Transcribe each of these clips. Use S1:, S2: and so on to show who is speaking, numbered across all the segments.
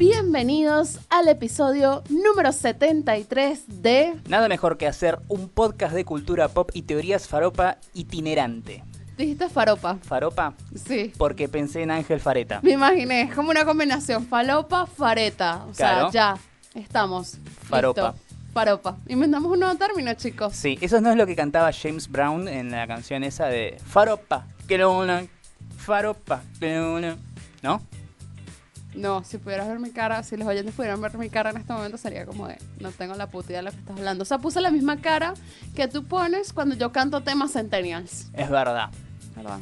S1: bienvenidos al episodio número 73 de
S2: Nada mejor que hacer un podcast de cultura pop y teorías faropa itinerante.
S1: Dijiste faropa.
S2: Faropa,
S1: Sí.
S2: porque pensé en Ángel Fareta.
S1: Me imaginé, es como una combinación falopa, fareta. O
S2: Claro.
S1: sea, ya estamos.
S2: Faropa.
S1: Listo. Faropa. Inventamos un nuevo término, chicos.
S2: Sí, eso no es lo que cantaba James Brown en la canción esa de Faropa, que no una, Faropa, que no una. ¿No?
S1: No, si pudieras ver mi cara, si los oyentes pudieran ver mi cara en este momento, sería como de, no tengo la puta idea de lo que estás hablando. O sea, puse la misma cara que tú pones cuando yo canto temas centennials.
S2: Es verdad.
S1: ¿verdad?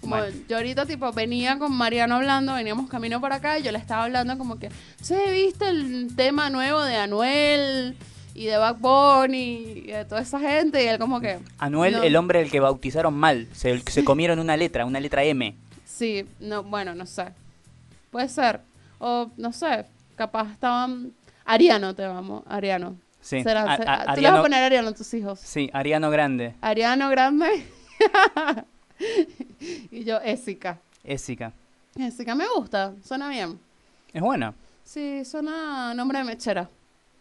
S1: Como
S2: Bueno.
S1: yo ahorita tipo venía con Mariano hablando, veníamos camino por acá y yo le estaba hablando como que, ¿se viste el tema nuevo de Anuel y de Bad Bunny y de toda esa gente? Y él como que...
S2: Anuel,
S1: no.
S2: el hombre al que bautizaron mal, se, se comieron una letra, una letra M.
S1: Sí, no, bueno, no sé. Puede ser. O no sé, capaz estaban... Ariano te vamos, Ariano.
S2: Sí,
S1: Será-
S2: a- a-
S1: será- Tú le vas a
S2: Ariano,
S1: poner Ariano a tus hijos.
S2: sí, Ariano Grande,
S1: Ariano Grande. y yo, Ésica.
S2: Ésica.
S1: Ésica me gusta, suena bien.
S2: Es buena.
S1: Sí, suena a nombre de mechera.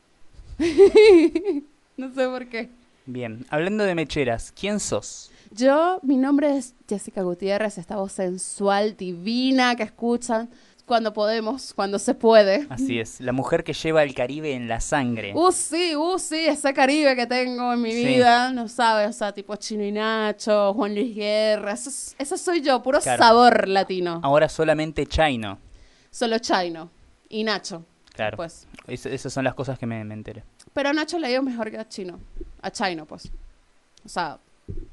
S1: no sé por qué.
S2: Bien, hablando de mecheras, ¿quién sos?
S1: Yo, mi nombre es Jessica Gutiérrez, esta voz sensual, divina que escuchan cuando podemos, cuando se puede.
S2: Así es, la mujer que lleva el Caribe en la sangre.
S1: Uh, sí, uh, sí, ese Caribe que tengo en mi
S2: Sí.
S1: vida, no sabes, o sea, tipo Chino y Nacho, Juan Luis Guerra, eso, es- eso soy yo, puro
S2: Claro. Ah.
S1: sabor latino.
S2: Ahora solamente Chaino.
S1: Solo Chino y Nacho,
S2: Claro.
S1: pues.
S2: Es- esas son las cosas que me, me enteré.
S1: Pero a Nacho le ha ido mejor que a Chino. A Chino, pues. O sea,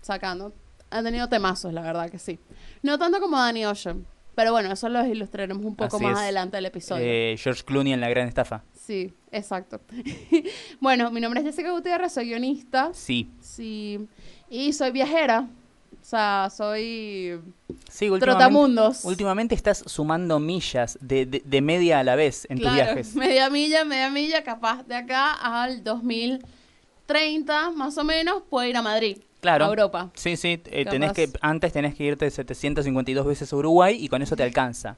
S1: sacando. Ha tenido temazos, la verdad que sí. No tanto como a Danny Ocean. Pero bueno, eso lo ilustraremos un poco
S2: Así
S1: más
S2: es.
S1: adelante del episodio.
S2: Eh, George Clooney en La Gran Estafa.
S1: Sí, exacto. bueno, mi nombre es Jessica Gutiérrez, soy guionista.
S2: Sí.
S1: Sí. Y soy viajera. O sea, soy
S2: Sí, últimamente,
S1: trotamundos.
S2: últimamente estás sumando millas de, de- de media a la vez en tus
S1: claro,
S2: viajes.
S1: media milla, media milla, capaz de acá al 2030, más o menos, puedo ir a Madrid.
S2: Claro.
S1: A Europa.
S2: Sí, sí. eh,
S1: Capaz.
S2: tenés que, antes tenés que irte 752 veces a Uruguay y con eso te alcanza.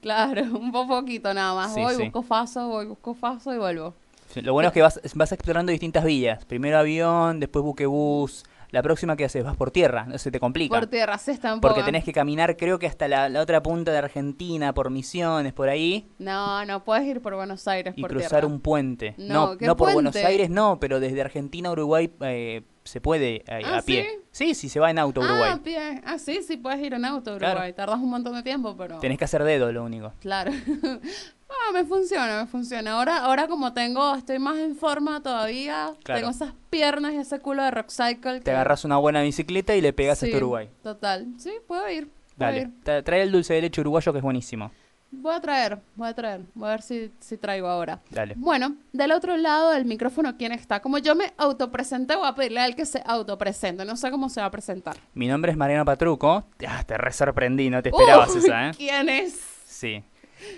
S1: Claro, un po- poquito nada más.
S2: Sí,
S1: voy,
S2: sí.
S1: busco faso, voy, busco faso y vuelvo.
S2: Lo bueno es que vas, vas explorando distintas vías. Primero avión, después buquebús. La próxima que haces, vas por tierra. No se te complica.
S1: Por tierra se está en
S2: porque
S1: boga.
S2: tenés que caminar, creo que hasta la, la otra punta de Argentina, por misiones, por ahí.
S1: No, no puedes ir por Buenos Aires
S2: y
S1: por
S2: cruzar
S1: tierra.
S2: un puente.
S1: No,
S2: No, no,
S1: ¿qué
S2: por Buenos
S1: puente?
S2: Aires no, pero desde Argentina a Uruguay eh, se puede eh,
S1: Ah,
S2: a pie. Sí, sí, se va en auto a Uruguay.
S1: Ah, a pie. Ah, sí, sí puedes ir en auto a Uruguay.
S2: Claro.
S1: Tardas un montón de tiempo, pero
S2: Tenés que hacer dedo, lo único.
S1: claro. ah, me funciona, me funciona. Ahora, ahora como tengo, estoy más en forma todavía.
S2: Claro.
S1: Tengo esas piernas y ese culo de rock cycle.
S2: Te agarras una buena bicicleta y le pegas hasta Uruguay.
S1: Total. Sí, puedo ir. puedo
S2: Dale,
S1: ir.
S2: tra- trae el dulce de leche uruguayo que es buenísimo.
S1: Voy a traer, voy a traer, voy a ver si, si traigo ahora.
S2: Dale.
S1: Bueno, del otro lado del micrófono, ¿quién está? Como yo me autopresenté, voy a pedirle a él que se autopresente. No sé cómo se va a presentar.
S2: Mi nombre es Mariano Patruco. Ah, te re sorprendí, no te esperabas
S1: Uy,
S2: esa, ¿eh?
S1: ¿Quién es?
S2: Sí.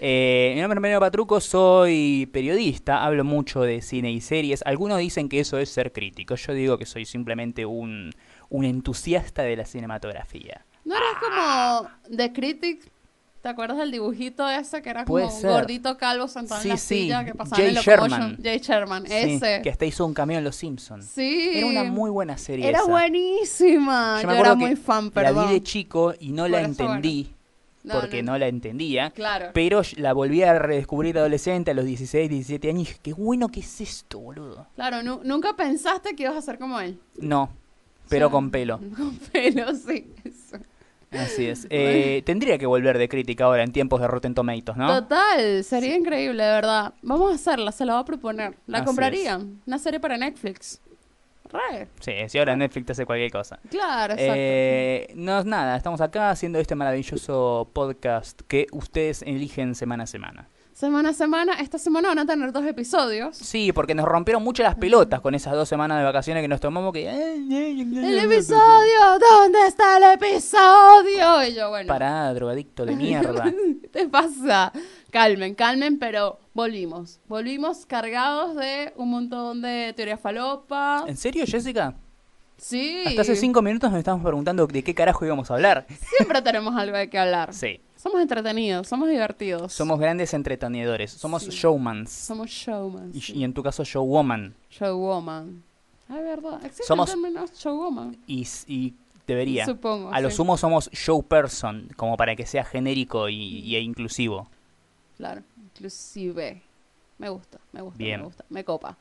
S2: Eh, mi nombre es Mariano Patruco, soy periodista, hablo mucho de cine y series. Algunos dicen que eso es ser crítico. Yo digo que soy simplemente un, un entusiasta de la cinematografía.
S1: ¿No eres como
S2: Ah.
S1: The Critic? ¿Te acuerdas del dibujito ese que era como
S2: Puede
S1: un
S2: ser.
S1: gordito calvo sentado en
S2: Sí,
S1: la
S2: sí.
S1: silla que pasaba
S2: Jay
S1: en el locomotion?
S2: Sherman.
S1: Jay Sherman,
S2: Sí,
S1: ese.
S2: que hasta hizo un cameo en Los Simpsons.
S1: Sí.
S2: Era una muy buena serie.
S1: Era
S2: esa.
S1: buenísima.
S2: Yo
S1: Yo, era
S2: me acuerdo que
S1: muy fan,
S2: La
S1: perdón.
S2: vi de chico y no la
S1: Por eso,
S2: entendí
S1: No,
S2: porque no. la entendía.
S1: Claro.
S2: Pero la volví a redescubrir adolescente a los 16, 17 años. y dije, Qué bueno que es esto, boludo.
S1: Claro, nu- nunca pensaste que ibas a ser como él.
S2: No, pero
S1: Sí.
S2: con pelo.
S1: Con pelo, sí. eso.
S2: Así es. Eh, tendría que volver de crítica ahora en tiempos de Rotten Tomatoes, ¿no?
S1: Total, sería increíble, de verdad. Vamos a hacerla, se la voy a proponer. La
S2: Así
S1: compraría. Una serie para Netflix. Re.
S2: Sí, sí, ahora Netflix te hace cualquier cosa.
S1: Claro, exacto.
S2: Eh, no es nada, estamos acá haciendo este maravilloso podcast que ustedes eligen semana a semana.
S1: Semana a semana, esta semana van a tener dos episodios.
S2: Sí, porque nos rompieron mucho las pelotas con esas dos semanas de vacaciones que nos tomamos que... El
S1: El episodio, ¿dónde está el episodio? Y yo, bueno,
S2: Pará, drogadicto de mierda.
S1: te pasa. Calmen, calmen, pero volvimos. Volvimos cargados de un montón de teoría falopa.
S2: ¿En serio, Jessica?
S1: Sí.
S2: Hasta hace cinco minutos nos estábamos preguntando de qué carajo íbamos a hablar.
S1: Siempre tenemos algo de qué hablar.
S2: Sí.
S1: Somos entretenidos, somos divertidos.
S2: Somos grandes entretenedores. Somos
S1: Sí.
S2: showmans.
S1: Somos showman.
S2: Y,
S1: sí.
S2: y en tu caso, showwoman.
S1: Showwoman. Ah, es verdad. Existe
S2: Somos-
S1: el término showwoman.
S2: Y, s- y debería.
S1: Supongo.
S2: a lo
S1: sí.
S2: sumo somos showperson, como para que sea genérico y, y- e
S1: Mm.
S2: inclusivo.
S1: Claro, inclusive. Me gusta, me gusta,
S2: Bien.
S1: me gusta, me copa.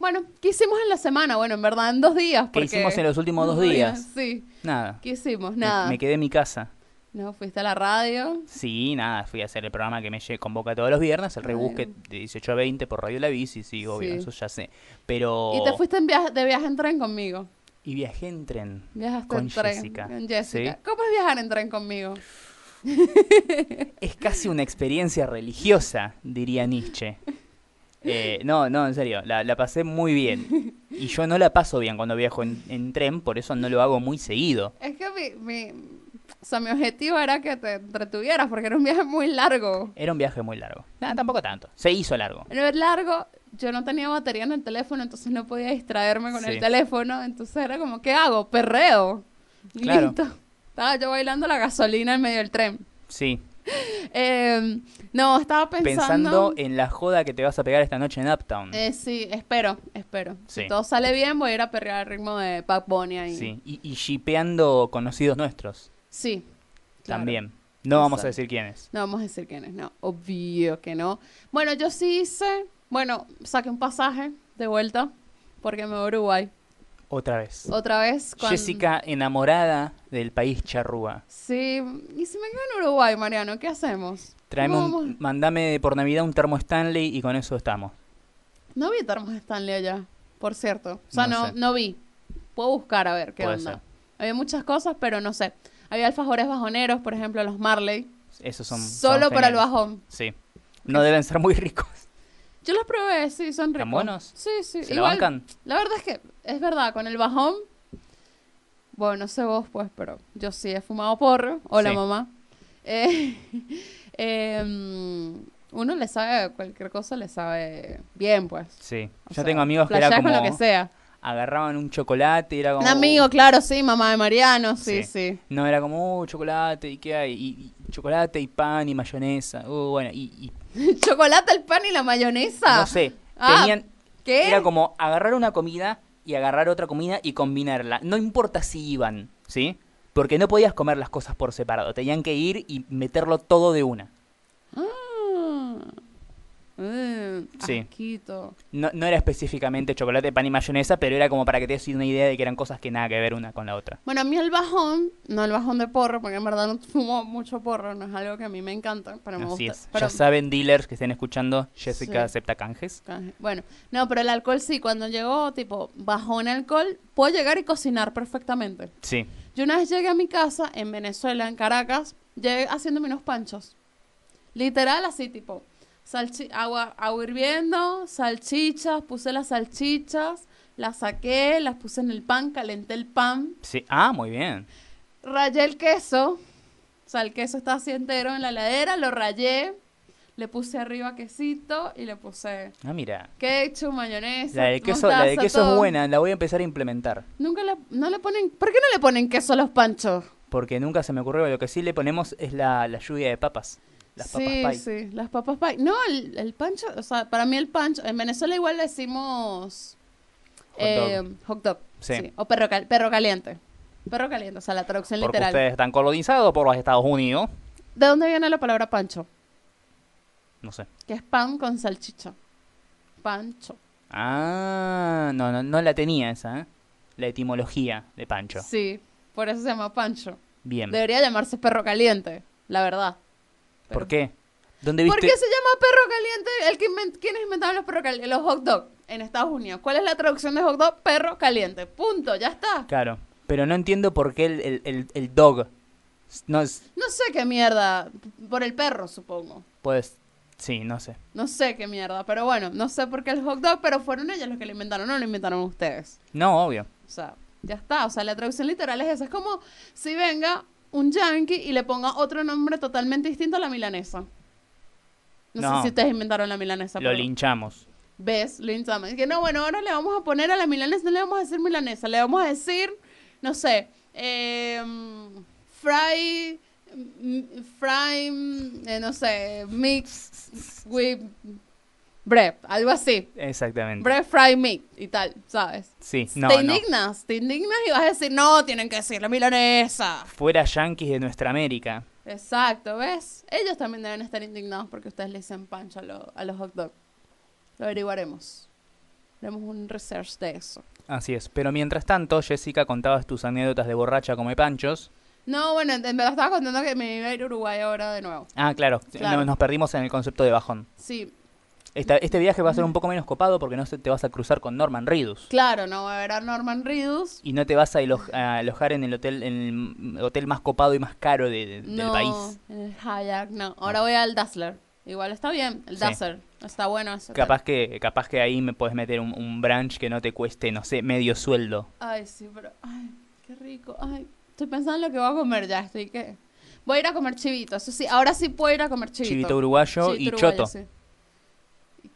S1: Bueno, ¿qué hicimos en la semana? Bueno, en verdad, en dos días.
S2: ¿Qué
S1: porque-
S2: hicimos en los últimos dos días?
S1: Sí,
S2: Nada.
S1: ¿qué hicimos?
S2: Me-
S1: Nada.
S2: Me, quedé en mi casa.
S1: No, fuiste a la radio.
S2: Sí, nada, fui a hacer el programa que me lle- convoca todos los viernes, el
S1: Muy
S2: rebusque
S1: bien.
S2: de 18 a 20 por Radio La Bici, sí, obvio,
S1: Sí.
S2: eso ya sé. Pero...
S1: Y te fuiste en viaje- de viaje en tren conmigo.
S2: Y viajé en tren.
S1: Viajaste
S2: Con
S1: en tren.
S2: Jessica.
S1: Con Jessica.
S2: Sí.
S1: ¿Cómo es viajar en tren conmigo?
S2: Es casi una experiencia religiosa, diría Nietzsche. Eh, no, no, en serio, la, la pasé muy bien. Y yo no la paso bien cuando viajo en, en tren, por eso no lo hago muy seguido.
S1: Es que mi, mi- o sea, mi objetivo era que te entretuvieras porque era un viaje muy largo.
S2: Era un viaje muy largo. Nada, tampoco tanto. Se hizo largo.
S1: Era largo, yo no tenía batería en el teléfono, entonces no podía distraerme con
S2: Sí.
S1: el teléfono. Entonces era como, ¿qué hago? Perreo. Y
S2: Claro.
S1: Listo. Estaba yo bailando la gasolina en medio del tren.
S2: Sí.
S1: Eh, no, estaba
S2: Pensando
S1: pensando...
S2: en la joda que te vas a pegar esta noche en Uptown.
S1: eh, sí, espero, espero.
S2: Sí.
S1: Si todo sale bien, voy a ir a perrear al ritmo de Pac Bunny ahí.
S2: Sí. Y, y shipeando conocidos nuestros.
S1: Sí. claro.
S2: También. No vamos
S1: Exacto.
S2: a decir quiénes.
S1: No vamos a decir quién es, no, obvio que no. Bueno, yo sí hice, bueno, saqué un pasaje de vuelta porque me voy a Uruguay.
S2: Otra vez.
S1: Otra vez con...
S2: Jessica enamorada del país charrúa.
S1: Sí, y si me quedo en Uruguay, Mariano, ¿qué hacemos?
S2: Traeme
S1: ¿Cómo
S2: un,
S1: vamos?
S2: mandame por Navidad un termo Stanley y con eso estamos.
S1: No vi termos Stanley allá, por cierto. O sea,
S2: No
S1: no,
S2: sé.
S1: no vi. Puedo buscar a ver qué
S2: Puede
S1: onda.
S2: ser.
S1: Había muchas cosas, pero no sé. Había alfajores bajoneros, por ejemplo, los Marley.
S2: Esos son. son
S1: solo para el
S2: geniales.
S1: bajón.
S2: Sí. No deben ser muy ricos.
S1: Yo los probé, sí, son ricos.
S2: ¿Están buenos?
S1: Sí, sí.
S2: ¿Se la
S1: Igual,
S2: bancan?
S1: La verdad es que es verdad, con el bajón, bueno, no sé vos, pues, pero yo sí he fumado porro, o la
S2: Sí.
S1: mamá. Eh, em, uno le sabe, cualquier cosa le sabe bien, pues.
S2: Sí.
S1: O
S2: Yo
S1: sea,
S2: tengo amigos que era
S1: flasheás
S2: como.
S1: con lo que sea.
S2: Agarraban un chocolate y era como.
S1: Un amigo, claro, sí, mamá de Mariano,
S2: Sí.
S1: sí, sí.
S2: No, era como, uh, chocolate, ¿y qué hay? Y, y chocolate y pan y mayonesa. Uh, bueno, y, y
S1: Chocolate, el pan y la mayonesa.
S2: no sé.
S1: Ah, ¿eh?
S2: Tenían,
S1: ¿Qué?
S2: Era como agarrar una comida y agarrar otra comida y combinarla. No importa si iban, ¿sí? Porque no podías comer las cosas por separado. Tenían que ir y meterlo todo de una.
S1: Ah. Mm,
S2: Sí.
S1: asquito.
S2: No, no era específicamente chocolate, pan y mayonesa, pero era como para que te des una idea de que eran cosas que nada que ver una con la otra.
S1: Bueno, a mí el bajón, no el bajón de porro, porque en verdad no fumo mucho porro, no es algo que a mí me encanta, pero me
S2: Así
S1: gusta.
S2: es.
S1: pero-
S2: Ya saben, dealers que estén escuchando, Jessica
S1: Sí.
S2: acepta canjes.
S1: Canje. Bueno, no, pero el alcohol sí, cuando llegó, tipo, bajón alcohol, puedo llegar y cocinar perfectamente.
S2: Sí.
S1: Yo una vez llegué a mi casa, en Venezuela, en Caracas, llegué haciéndome unos panchos. Literal, así, tipo, salchi agua, agua hirviendo, salchichas, puse las salchichas, las saqué, las puse en el pan, calenté el pan,
S2: Sí. Ah, muy bien.
S1: rayé el queso, o sea, el queso está así entero en la heladera, lo rayé, le puse arriba quesito y le puse
S2: Ah, mira.
S1: ketchup, mayonesa.
S2: La del queso, la del
S1: mostaza,
S2: queso es
S1: todo.
S2: buena, la voy a empezar a implementar.
S1: Nunca le, no le ponen, ¿por qué no le ponen queso a los panchos?
S2: Porque nunca se me ocurrió. Lo que sí le ponemos es la, la lluvia de papas. Las
S1: sí,
S2: papas pie.
S1: sí, las papas pie. No, el, el pancho, o sea, para mí el pancho, en Venezuela igual le decimos
S2: Hot
S1: eh, hot dog,
S2: Sí.
S1: sí, o perro, cal- perro caliente. Perro caliente, o sea, la traducción
S2: Porque
S1: literal.
S2: ustedes están colonizados por los Estados Unidos.
S1: ¿De dónde viene la palabra pancho?
S2: No sé.
S1: Que es pan con salchicha. Pancho.
S2: Ah, no, no, no la tenía esa, ¿eh? La etimología de Pancho.
S1: Sí, por eso se llama Pancho.
S2: Bien.
S1: Debería llamarse perro caliente, la verdad.
S2: ¿Por
S1: pero-
S2: qué? ¿Dónde
S1: ¿Por
S2: viste?
S1: qué se llama perro caliente? El que inven- ¿Quiénes inventaron los perro calientes? Los hot dog en Estados Unidos. ¿Cuál es la traducción de hot dog? Perro caliente. Punto, ya está.
S2: Claro. Pero no entiendo por qué el, el- el- el dog. No es-
S1: No sé qué mierda. Por el perro, supongo.
S2: Pues. Sí, no sé.
S1: No sé qué mierda. Pero bueno, no sé por qué el hot dog, pero fueron ellos los que lo inventaron, no lo inventaron ustedes.
S2: No, obvio.
S1: O sea, ya está. O sea, la traducción literal es esa. Es como si venga un yankee y le ponga otro nombre totalmente distinto a la milanesa. No,
S2: No.
S1: sé si ustedes inventaron la milanesa.
S2: Lo
S1: pero-
S2: linchamos.
S1: ¿Ves? Lo insama. Que no, bueno, ahora le vamos a poner a la milanesa, no le vamos a decir milanesa, le vamos a decir no sé, eh, fry, m- fry, mm, eh, no sé, mix with bread, algo así.
S2: Exactamente.
S1: Bread fry meat y tal, ¿sabes?
S2: sí, no,
S1: te
S2: no.
S1: indignas, te indignas y vas a decir, no, tienen que decir la milanesa.
S2: Fuera yanquis de nuestra América.
S1: Exacto, ¿ves? Ellos también deben estar indignados porque ustedes le dicen pancho a, lo- a los hot dogs. Lo averiguaremos. Haremos un research de eso.
S2: Así es. Pero mientras tanto, Jessica, contabas tus anécdotas de borracha come panchos.
S1: No, bueno, en- me lo estaba contando que me iba a ir a Uruguay ahora de nuevo.
S2: Ah, claro.
S1: Claro.
S2: no- nos perdimos en el concepto de bajón.
S1: Sí,
S2: Esta- este viaje va a ser un poco menos copado porque no se- te vas a cruzar con Norman Reedus.
S1: claro, no va a ver a Norman Reedus.
S2: Y no te vas a, elo- a alojar en el hotel en el hotel más copado y más caro de- de- del
S1: no,
S2: país.
S1: en el Hayek, no. Ahora voy al Dazzler. Igual está bien, el
S2: Sí.
S1: Dazzler. Está bueno eso.
S2: Capaz que, capaz que ahí me puedes meter un, un brunch que no te cueste, no sé, medio sueldo.
S1: Ay, sí, pero. Ay, qué rico. Ay, estoy pensando en lo que voy a comer ya. Estoy que. Voy a ir a comer chivito. Eso sí, ahora sí puedo ir a comer chivito.
S2: Chivito, uruguayo
S1: Chivito
S2: y
S1: uruguayo,
S2: choto.
S1: sí.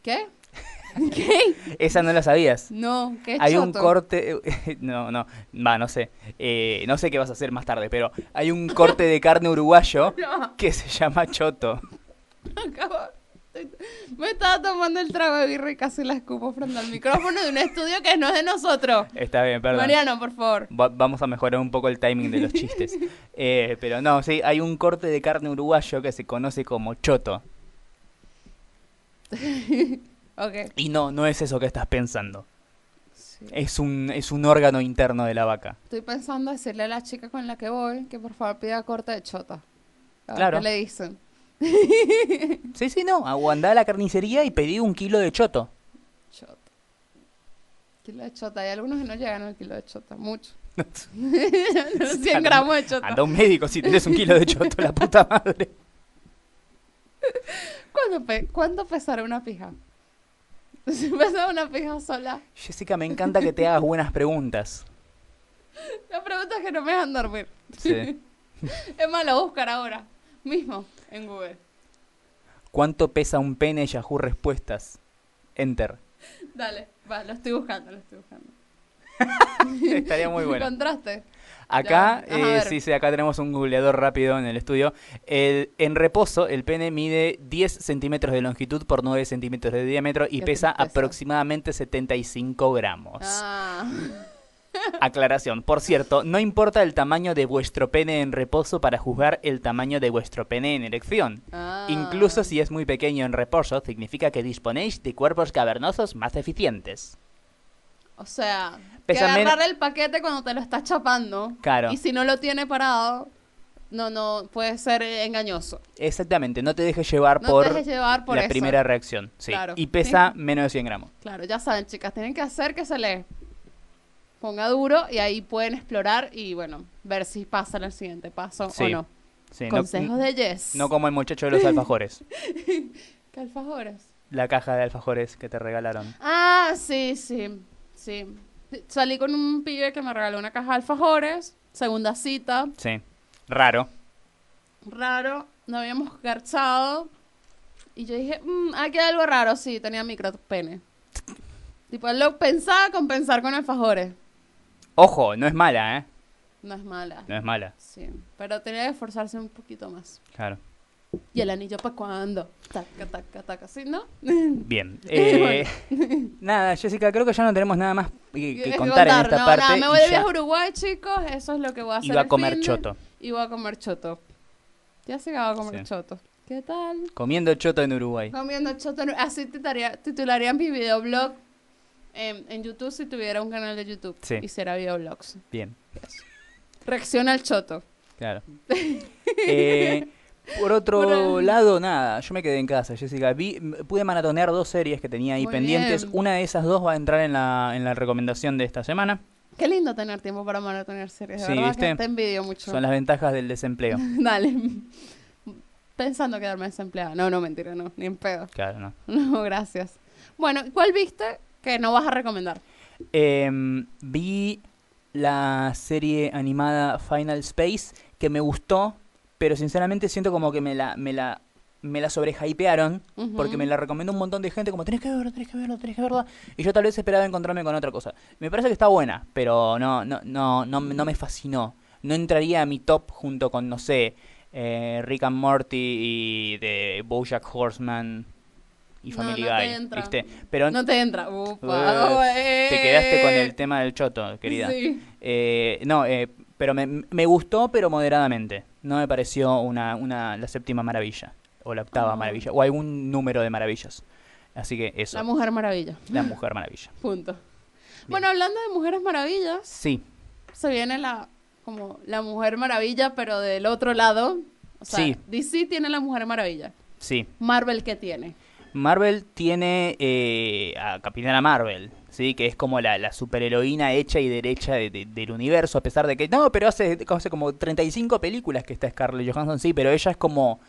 S1: ¿Qué? ¿Qué?
S2: Esa no la sabías.
S1: No, ¿qué
S2: Hay
S1: choto?
S2: un corte, eh, no, no, va, no sé, Eh, no sé qué vas a hacer más tarde, pero hay un corte de carne uruguayo
S1: No,
S2: que se llama choto.
S1: acabo. estoy- Me estaba tomando el trago de birra y casi la escupo frente al micrófono de un estudio que no es de nosotros.
S2: Está bien, perdón.
S1: Mariano, por favor.
S2: Va- vamos a mejorar un poco el timing de los chistes. Eh, pero no, sí, hay un corte de carne uruguayo que se conoce como choto.
S1: Ok.
S2: Y no, no es eso que estás pensando.
S1: sí.
S2: Es un, es un órgano interno de la vaca.
S1: Estoy pensando decirle a la chica con la que voy que por favor pida corte de chota. A ver
S2: Claro.
S1: ¿Qué le dicen?
S2: Sí, sí, no. Aguandá a la carnicería y pedí un kilo de choto.
S1: Chota. Kilo de chota. Hay algunos que no llegan al kilo de chota. Mucho. 100
S2: Anda-
S1: gramos de chota.
S2: Anda a un médico si tenés un kilo de choto, la puta madre.
S1: ¿Cuánto, pe- cuánto pesará una pija? Si pesa una pija sola,
S2: Jessica, me encanta que te hagas buenas preguntas.
S1: la pregunta es que no me dejan dormir.
S2: Sí.
S1: es más, lo buscar ahora mismo en Google.
S2: ¿Cuánto pesa un pene? Yahoo Respuestas. Enter.
S1: Dale, va, lo estoy buscando, lo estoy buscando.
S2: Estaría muy bueno.
S1: ¿Encontraste?
S2: Acá,
S1: Ya, ajá, a
S2: eh,
S1: ver.
S2: sí, sí, acá tenemos un googleador rápido en el estudio. El- en reposo, el pene mide 10 centímetros de longitud por 9 centímetros de diámetro y
S1: Qué
S2: pesa
S1: tristeza.
S2: aproximadamente 75 gramos.
S1: Ah,
S2: Aclaración, por cierto, no importa el tamaño de vuestro pene en reposo para juzgar el tamaño de vuestro pene en erección.
S1: ah.
S2: Incluso si es muy pequeño en reposo, significa que disponéis de cuerpos cavernosos más eficientes.
S1: O sea,
S2: Pesa
S1: que
S2: men-
S1: agarrar el paquete cuando te lo estás chapando.
S2: Claro.
S1: Y si no lo tiene parado, no, no, puede ser eh, engañoso.
S2: Exactamente, no te dejes llevar
S1: No
S2: por
S1: te dejes llevar por
S2: la
S1: eso.
S2: primera reacción. sí.
S1: Claro.
S2: Y pesa menos de 100 gramos.
S1: Claro, ya saben, chicas, tienen que hacer que se les ponga duro y ahí pueden explorar y, bueno, ver si pasan al siguiente paso
S2: Sí,
S1: o no.
S2: Sí, no- mm,
S1: Consejos de Jess.
S2: No como el muchacho de los alfajores.
S1: ¿Qué alfajores?
S2: La caja de alfajores que te regalaron.
S1: Ah, sí, sí, sí. Salí con un pibe que me regaló una caja de alfajores, segunda cita,
S2: Sí. Raro.
S1: raro, no habíamos garchado. Y yo dije, "Mm, aquí hay algo raro, sí, tenía micropene. Tipo, lo pensaba compensar con alfajores.
S2: Ojo, no es mala, ¿eh?
S1: No es mala.
S2: No es mala.
S1: Sí, pero tenía que esforzarse un poquito más.
S2: Claro.
S1: ¿Y el anillo para cuándo? Taca, taca, taca, ¿sí, no?
S2: Bien. Eh, nada, Jessica, creo que ya no tenemos nada más que, que
S1: Es
S2: contar en esta
S1: no,
S2: parte.
S1: nada, me voy
S2: y
S1: de
S2: ya
S1: viaje a Uruguay, chicos, eso es lo que voy a hacer.
S2: iba a
S1: el
S2: comer
S1: fin de-
S2: choto.
S1: Y voy a comer choto. Ya se acabó a comer
S2: Sí.
S1: choto. ¿Qué tal?
S2: Comiendo choto en Uruguay.
S1: Comiendo choto. en- Así titularía, titularía mi videoblog em, en, en YouTube si tuviera un canal de YouTube.
S2: Sí.
S1: Hiciera videoblogs.
S2: Bien,
S1: Reacciona al choto.
S2: claro. Eh, por otro
S1: Por-
S2: lado, nada, yo me quedé en casa, Jessica. Vi, m- pude maratonear dos series que tenía ahí
S1: Muy
S2: pendientes.
S1: bien.
S2: Una de esas dos va a entrar en la, en la recomendación de esta semana.
S1: Qué lindo tener tiempo para maratonear series. De
S2: Sí,
S1: verdad
S2: ¿viste?
S1: que te envidio mucho.
S2: Son las ventajas del desempleo.
S1: Dale. Pensando quedarme desempleada. No, no, mentira, no. Ni en pedo.
S2: Claro, no.
S1: No, gracias. Bueno, ¿cuál viste que no vas a recomendar?
S2: Em, vi la serie animada Final Space que me gustó, pero sinceramente siento como que me la, me la, me la sobrehypearon
S1: Ujú.
S2: porque me la recomendó un montón de gente como tenés que verla, tenés que verla, tenés que verla. Y yo tal vez esperaba encontrarme con otra cosa. Me parece que está buena, pero no, no, no, no, no me fascinó. No entraría a mi top junto con, no sé, eh, Rick and Morty y de Bojack Horseman y
S1: No,
S2: Family
S1: no te
S2: Guy.
S1: entra.
S2: ¿viste? Pero
S1: No te entra. Upa,
S2: Ups, Pues, te quedaste con
S1: güey.
S2: el tema del choto, querida.
S1: Sí.
S2: Eh, no, eh, pero me, me gustó, pero moderadamente. No me pareció una, una la séptima maravilla, o la octava
S1: Ah.
S2: maravilla, o algún número de maravillas. Así que eso,
S1: La
S2: la,
S1: Mujer Maravilla.
S2: mujer maravilla.
S1: Punto. Bueno, hablando de Mujeres Maravillas,
S2: Sí,
S1: se viene la como la Mujer Maravilla, pero del otro lado. O sea,
S2: Sí.
S1: DC tiene la Mujer Maravilla.
S2: sí.
S1: Marvel, ¿qué tiene?
S2: Marvel tiene eh, a Capitana Marvel, ¿sí? Que es como la, la superheroína hecha y derecha de- de- del universo, a pesar de que... No, pero hace, hace como 35 películas que está Scarlett Johansson, sí, pero ella es como...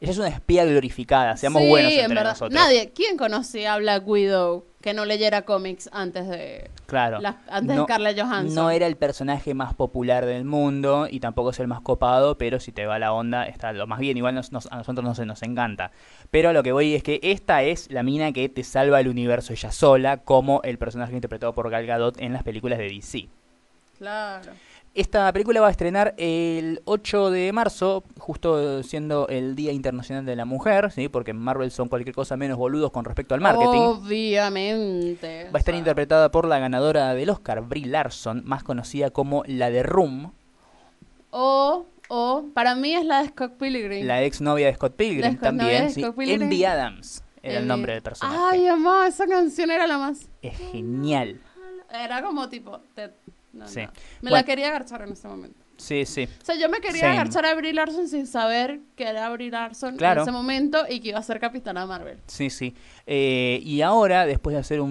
S2: Ella es una espía glorificada, seamos
S1: Sí,
S2: buenos entre
S1: en verdad.
S2: nosotros.
S1: Nadie, ¿quién conocía a Black Widow que no leyera cómics antes de
S2: Claro.
S1: las- antes de Scarlett Johansson?
S2: No era el personaje más popular del mundo y tampoco es el más copado, pero si te va la onda está lo más bien. Igual nos- nos- a nosotros nos, nos encanta. Pero a lo que voy es que esta es la mina que te salva el universo ella sola, como el personaje interpretado por Gal Gadot en las películas de DC.
S1: Claro.
S2: Esta película va a estrenar el 8 de marzo, justo siendo el Día Internacional de la Mujer, ¿sí? porque en Marvel son cualquier cosa menos boludos con respecto al marketing.
S1: Oh, Obviamente.
S2: Va a estar
S1: o sea,
S2: interpretada por la ganadora del Oscar, Brie Larson, más conocida como la de Room,
S1: O, o, para mí es la de Scott Pilgrim.
S2: la exnovia de Scott Pilgrim
S1: La exnovia
S2: también.
S1: de
S2: sí.
S1: Scott Pilgrim.
S2: Envy Adams era el
S1: Eh,
S2: nombre del personaje.
S1: Ay, amor, esa canción era la más.
S2: Es genial.
S1: Era como tipo. te- no,
S2: Sí.
S1: no. Me
S2: Bueno.
S1: la quería agarchar en ese momento.
S2: Sí, sí.
S1: O sea, yo me quería
S2: Same.
S1: agarchar a Brie Larson sin saber que era Brie Larson
S2: Claro.
S1: en ese momento y que iba a ser capitana Marvel.
S2: Sí, sí. Eh, y ahora, después de hacer un,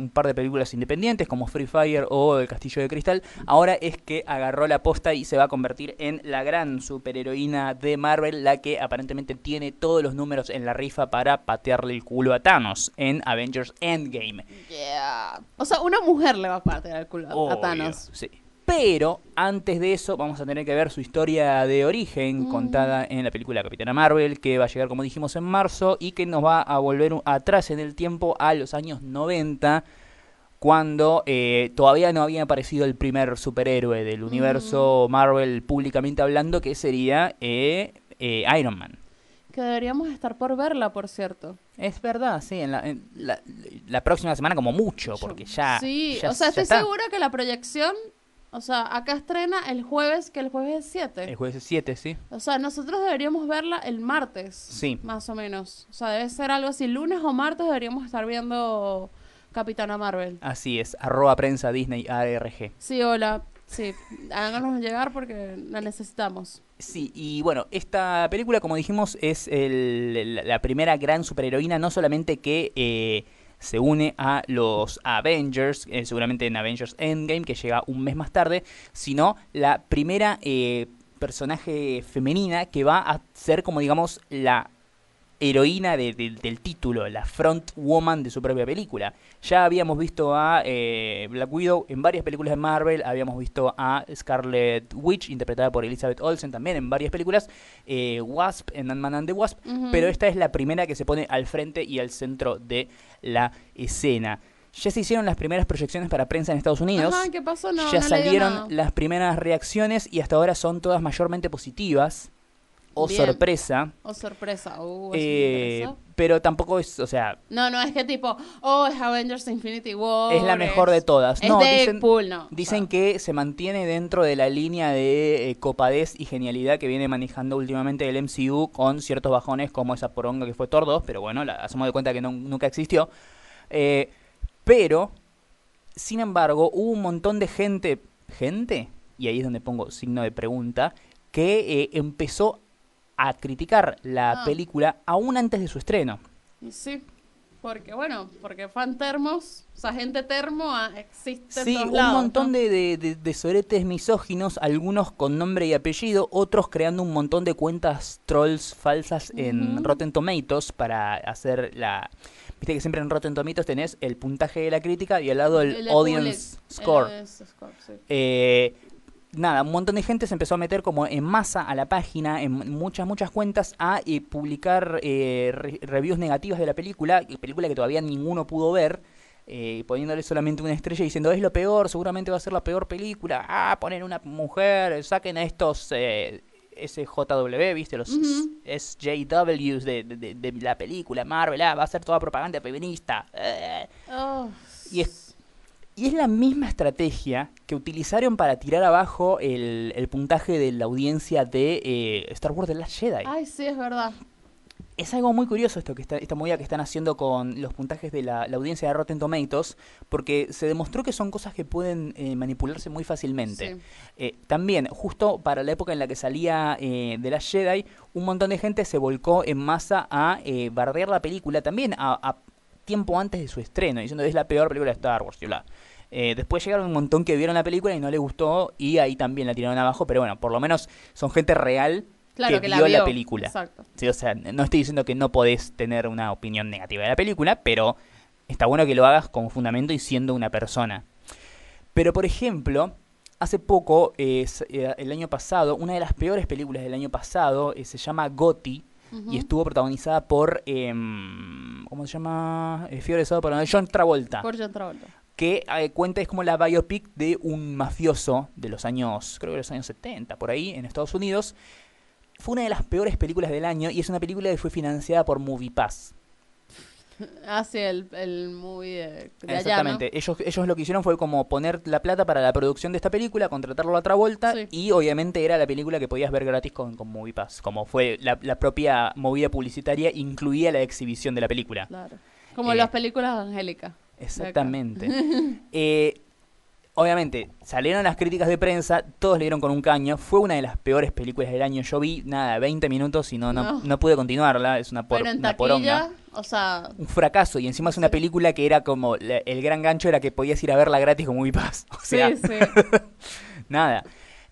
S2: un par de películas independientes como Free Fire o El Castillo de Cristal, ahora es que agarró la posta y se va a convertir en la gran superheroína de Marvel, la que aparentemente tiene todos los números en la rifa para patearle el culo a Thanos en Avengers Endgame.
S1: Yeah. O sea, una mujer le va a partir el culo a- a
S2: Obvio,
S1: Thanos.
S2: sí. Pero antes de eso vamos a tener que ver su historia de origen
S1: Mm.
S2: contada en la película Capitana Marvel que va a llegar como dijimos en marzo y que nos va a volver un- atrás en el tiempo a los años 90 cuando eh, todavía no había aparecido el primer superhéroe del
S1: Mm.
S2: universo Marvel públicamente hablando que sería eh, eh, Iron Man.
S1: Que deberíamos estar por verla, por cierto.
S2: Es verdad, sí, en la, en la- la próxima semana como mucho porque ya...
S1: Sí,
S2: ya-
S1: o sea,
S2: ya
S1: estoy
S2: está.
S1: segura que la proyección. O sea, acá estrena el jueves, que el jueves es 7.
S2: El jueves 7, sí.
S1: O sea, nosotros deberíamos verla el martes.
S2: Sí.
S1: Más o menos. O sea, debe ser algo así. Lunes o martes deberíamos estar viendo Capitana Marvel.
S2: Así es, arroba prensa Disney ARG.
S1: Sí, hola. Sí, háganos llegar porque la necesitamos.
S2: Sí, y bueno, esta película, como dijimos, es el- la- la primera gran superheroína, no solamente que eh, se une a los Avengers, eh, seguramente en Avengers Endgame, que llega un mes más tarde, sino la primera eh, personaje femenina que va a ser como, digamos, la heroína de- de- del título, la front woman de su propia película. Ya habíamos visto a eh, Black Widow en varias películas de Marvel, habíamos visto a Scarlet Witch, interpretada por Elizabeth Olsen también en varias películas, eh, Wasp en Ant-Man and the Wasp,
S1: Ujú.
S2: pero esta es la primera que se pone al frente y al centro de la escena. Ya se hicieron las primeras proyecciones para prensa en Estados Unidos
S1: Ajá, ¿qué pasó? No,
S2: ya
S1: no le dio nada.
S2: salieron las primeras reacciones y hasta ahora son todas mayormente positivas. O
S1: Bien.
S2: sorpresa.
S1: Oh, sorpresa. Uh, eso me
S2: Eh,
S1: interesó.
S2: pero tampoco es, o sea,
S1: no, no, es que tipo, oh, es Avengers Infinity War.
S2: es la mejor de todas.
S1: Es
S2: no, dicen,
S1: Deadpool, no. O sea,
S2: dicen que se mantiene dentro de la línea de eh, copadez y genialidad que viene manejando últimamente el MCU con ciertos bajones como esa poronga que fue Thor 2, pero bueno, la, hacemos de cuenta que no- nunca existió. Eh, pero, sin embargo, hubo un montón de gente, gente, y ahí es donde pongo signo de pregunta, que eh, empezó a criticar la
S1: Ah.
S2: película aún antes de su estreno.
S1: y Sí. Porque, bueno, porque fan termos, o sea, gente termo ah, existe
S2: Sí,
S1: en todos
S2: un
S1: lados,
S2: montón
S1: ¿no?
S2: de, de, de- de soretes misóginos, algunos con nombre y apellido, otros creando un montón de cuentas trolls falsas en
S1: Ujú.
S2: Rotten Tomatoes para hacer la... Viste que siempre en Rotten Tomatoes tenés el puntaje de la crítica y al lado el,
S1: El de eh,
S2: audience
S1: Public, el
S2: score.
S1: audience score, sí.
S2: Eh, nada, un montón de gente se empezó a meter como en masa a la página, en muchas, muchas cuentas, a eh, publicar eh, re- reviews negativas de la película, y película que todavía ninguno pudo ver, eh, poniéndole solamente una estrella y diciendo es lo peor, seguramente va a ser la peor película, ah, ponen una mujer, saquen a estos eh, SJW, viste, los
S1: Ujú.
S2: SJWs de, de- de- de la película Marvel, ah, va a ser toda propaganda feminista. eh".
S1: Oh.
S2: Y es- Y es la misma estrategia que utilizaron para tirar abajo el, el puntaje de la audiencia de eh, Star Wars The Last Jedi.
S1: Ay, sí, es verdad.
S2: Es algo muy curioso esto que está, esta movida que están haciendo con los puntajes de la, la audiencia de Rotten Tomatoes, porque se demostró que son cosas que pueden eh, manipularse muy fácilmente.
S1: Sí.
S2: Eh, también, justo para la época en la que salía eh, The Last Jedi, un montón de gente se volcó en masa a eh, bardear la película también a, a tiempo antes de su estreno, diciendo es la peor película de Star Wars y bla. Eh, después llegaron un montón que vieron la película y no le gustó y ahí también la tiraron abajo, pero bueno, por lo menos son gente real
S1: Claro
S2: que,
S1: que,
S2: vio, la película.
S1: Exacto.
S2: Sí, o sea, no estoy diciendo que no podés tener una opinión negativa de la película, pero está bueno que lo hagas con fundamento y siendo una persona. Pero, por ejemplo, hace poco, eh, s- eh, el año pasado, una de las peores películas del año pasado eh, se llama Gotti
S1: Ujú.
S2: y estuvo protagonizada por, em, ¿cómo se llama? Eh, Fiore Sado, perdón, John Travolta
S1: Por John Travolta.
S2: que eh, cuenta es como la biopic de un mafioso de los años, creo que de los años 70, por ahí, en Estados Unidos. Fue una de las peores películas del año y es una película que fue financiada por MoviePass.
S1: Ah, sí, el, el movie de, de allá, ¿no?
S2: Exactamente. Ellos, ellos lo que hicieron fue como poner la plata para la producción de esta película, contratarlo a otra vuelta
S1: Sí.
S2: y obviamente era la película que podías ver gratis con, con MoviePass. Como fue la, la propia movida publicitaria incluía la exhibición de la película.
S1: Claro. Como
S2: Eh,
S1: las películas angélicas.
S2: Exactamente. Eh, obviamente, salieron las críticas de prensa, todos le dieron con un caño. Fue una de las peores películas del año. Yo vi, nada, 20 minutos y no, no,
S1: No.
S2: no pude continuarla. Es una, por,
S1: Pero en
S2: una poronga.
S1: taquilla, o sea,
S2: Un fracaso. Y encima es una
S1: Sí.
S2: película que era como... la- el gran gancho era que podías ir a verla gratis con Movie Pass. O sea,
S1: sí, sí.
S2: nada.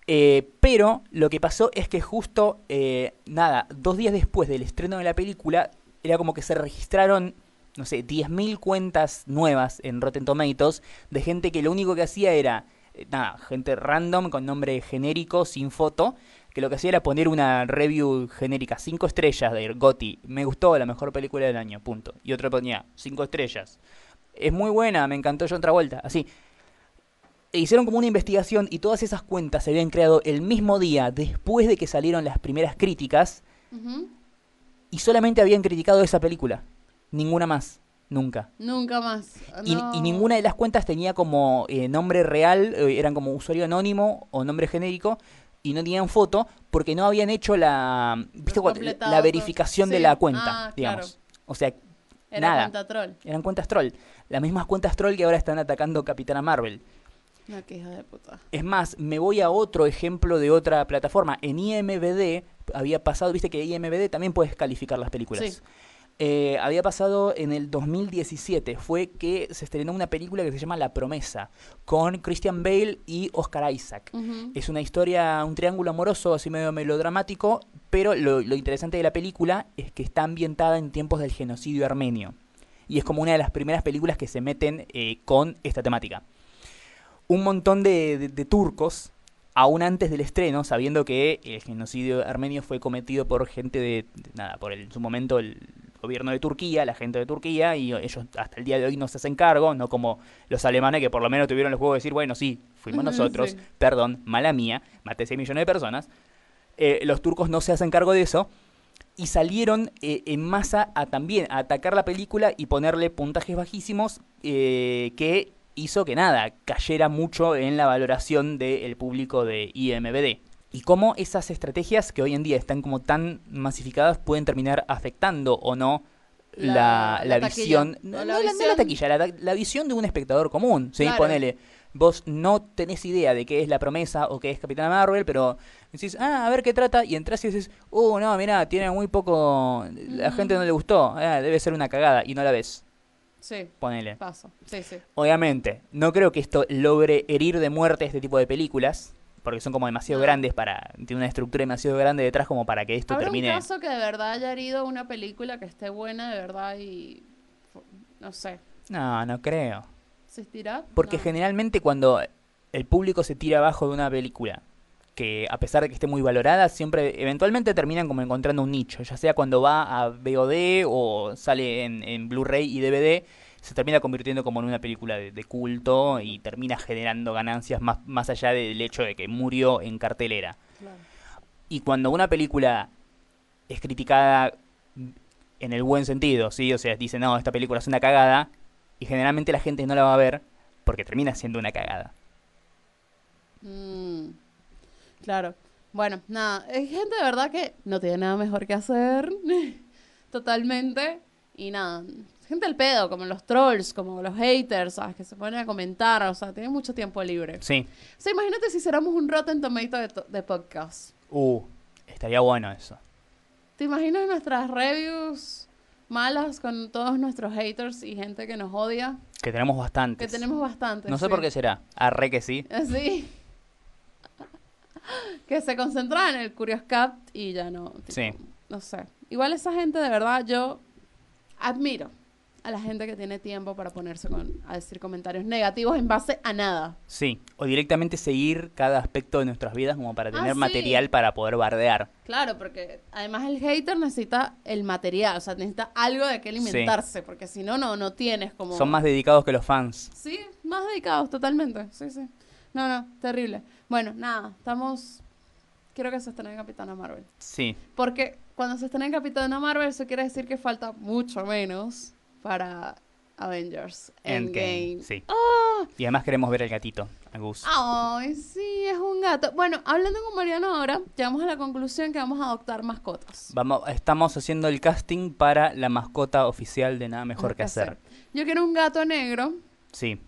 S2: Eh, pero lo que pasó es que justo, eh, nada, dos días después del estreno de la película, era como que se registraron, no sé, 10.000 cuentas nuevas en Rotten Tomatoes de gente que lo único que hacía era, eh, nada, gente random con nombre genérico, sin foto, que lo que hacía era poner una review genérica, cinco estrellas de Gotti, me gustó, la mejor película del año, punto. Y otro ponía, cinco estrellas. Es muy buena, me encantó John Travolta, así. E hicieron como una investigación y todas esas cuentas se habían creado el mismo día después de que salieron las primeras críticas
S1: Ujú.
S2: y solamente habían criticado esa película. Ninguna más, nunca.
S1: Nunca más.
S2: Y,
S1: Ah, No.
S2: y ninguna de las cuentas tenía como eh, nombre real, eh, eran como usuario anónimo o nombre genérico y no tenían foto porque no habían hecho la, ¿viste? cuando-
S1: Completado
S2: la
S1: todo.
S2: verificación de
S1: Sí.
S2: la cuenta,
S1: Ah,
S2: digamos. O sea,
S1: Era
S2: nada.
S1: cuenta troll.
S2: eran cuentas troll. Las mismas cuentas troll que ahora están atacando Capitana Marvel.
S1: No, qué hija de puta.
S2: Es más, me voy a otro ejemplo de otra plataforma. En IMBD había pasado, viste que IMBD también puedes calificar las películas.
S1: Sí.
S2: Eh, había pasado en el 2017, fue que se estrenó una película que se llama La Promesa, con Christian Bale y Oscar Isaac.
S1: Ujú.
S2: Es una historia, un triángulo amoroso, así medio melodramático, pero lo, lo interesante de la película es que está ambientada en tiempos del genocidio armenio. Y es como una de las primeras películas que se meten eh, con esta temática. Un montón de, de- de turcos, aún antes del estreno, sabiendo que el genocidio armenio fue cometido por gente de, de- nada, por el- en su momento el gobierno de Turquía, la gente de Turquía, y ellos hasta el día de hoy no se hacen cargo, no como los alemanes que por lo menos tuvieron el juego de decir, bueno, sí, fuimos
S1: Ujú,
S2: nosotros,
S1: sí.
S2: perdón, mala mía, maté 6 millones de personas. Eh, los turcos no se hacen cargo de eso y salieron eh, en masa a también a atacar la película y ponerle puntajes bajísimos eh, que hizo que nada, cayera mucho en la valoración del público de IMBD. Y cómo esas estrategias que hoy en día están como tan masificadas pueden terminar afectando o no la,
S1: La-
S2: la
S1: la taquilla.
S2: visión,
S1: O
S2: no,
S1: la
S2: no la, no la
S1: visión.
S2: taquilla, la, ta- la visión de un espectador común. ¿sí?
S1: Claro.
S2: Ponele, vos no tenés idea de qué es la promesa o qué es Capitana Marvel, pero decís, ah, a ver qué trata, y entras y dices, uh, no, mira, tiene muy poco, la
S1: Mm.
S2: gente no le gustó, Ah, debe ser una cagada, y no la ves,
S1: Sí,
S2: ponele.
S1: paso. Sí, sí.
S2: Obviamente, no creo que esto logre herir de muerte este tipo de películas, porque son como demasiado
S1: No.
S2: grandes para, tiene una estructura demasiado grande detrás como para que esto
S1: Habrá
S2: termine.
S1: un caso que de verdad haya herido una película que esté buena de verdad y. No sé.
S2: No, no creo.
S1: ¿Existirá?
S2: Porque
S1: No.
S2: generalmente cuando el público se tira abajo de una película que a pesar de que esté muy valorada, siempre eventualmente terminan como encontrando un nicho, ya sea cuando va a VOD o sale en, en Blu-ray y DVD, se termina convirtiendo como en una película de, de culto y termina generando ganancias más, más allá del hecho de que murió en cartelera.
S1: Claro.
S2: Y cuando una película es criticada en el buen sentido, ¿sí? O sea, dice, no, esta película es una cagada, y generalmente la gente no la va a ver porque termina siendo una cagada.
S1: Mm, claro. Bueno, nada, hay gente de verdad que no tiene nada mejor que hacer. Totalmente. Y nada, gente al pedo, como los trolls, como los haters, ¿sabes? Que se ponen a comentar, o sea, tienen mucho tiempo libre.
S2: Sí.
S1: O sea, imagínate si hiciéramos un Rotten Tomato de, to- de podcast.
S2: Uh, estaría bueno eso.
S1: ¿Te imaginas nuestras reviews malas con todos nuestros haters y gente que nos odia?
S2: Que tenemos bastantes.
S1: Que tenemos bastante.
S2: no sé
S1: sí.
S2: por qué será. Arre que sí.
S1: Así. que se concentraban en el Curious Cat y ya no. tipo,
S2: Sí.
S1: No sé. Igual esa gente, de verdad, yo admiro a la gente que tiene tiempo para ponerse con, a decir comentarios negativos en base a nada.
S2: Sí. O directamente seguir cada aspecto de nuestras vidas como para
S1: Ah,
S2: tener
S1: sí.
S2: material para poder bardear.
S1: Claro, porque además el hater necesita el material, o sea, necesita algo de qué alimentarse, porque si no, no, no tienes como...
S2: Son más dedicados que los fans.
S1: Sí, más dedicados, totalmente. Sí, sí. No, no, terrible. Bueno, nada, estamos... Quiero que se estrene Capitana Marvel.
S2: Sí.
S1: Porque cuando se estrena Capitana Marvel, eso quiere decir que falta mucho menos para Avengers Endgame. Ah.
S2: Sí. Y además queremos ver al gatito, a Gus.
S1: Ay, sí, es un gato. Bueno, hablando con Mariano ahora, llegamos a la conclusión que vamos a adoptar mascotas.
S2: Vamos, estamos haciendo el casting para la mascota oficial de Nada Mejor que hacer.
S1: Yo quiero un gato negro
S2: Sí,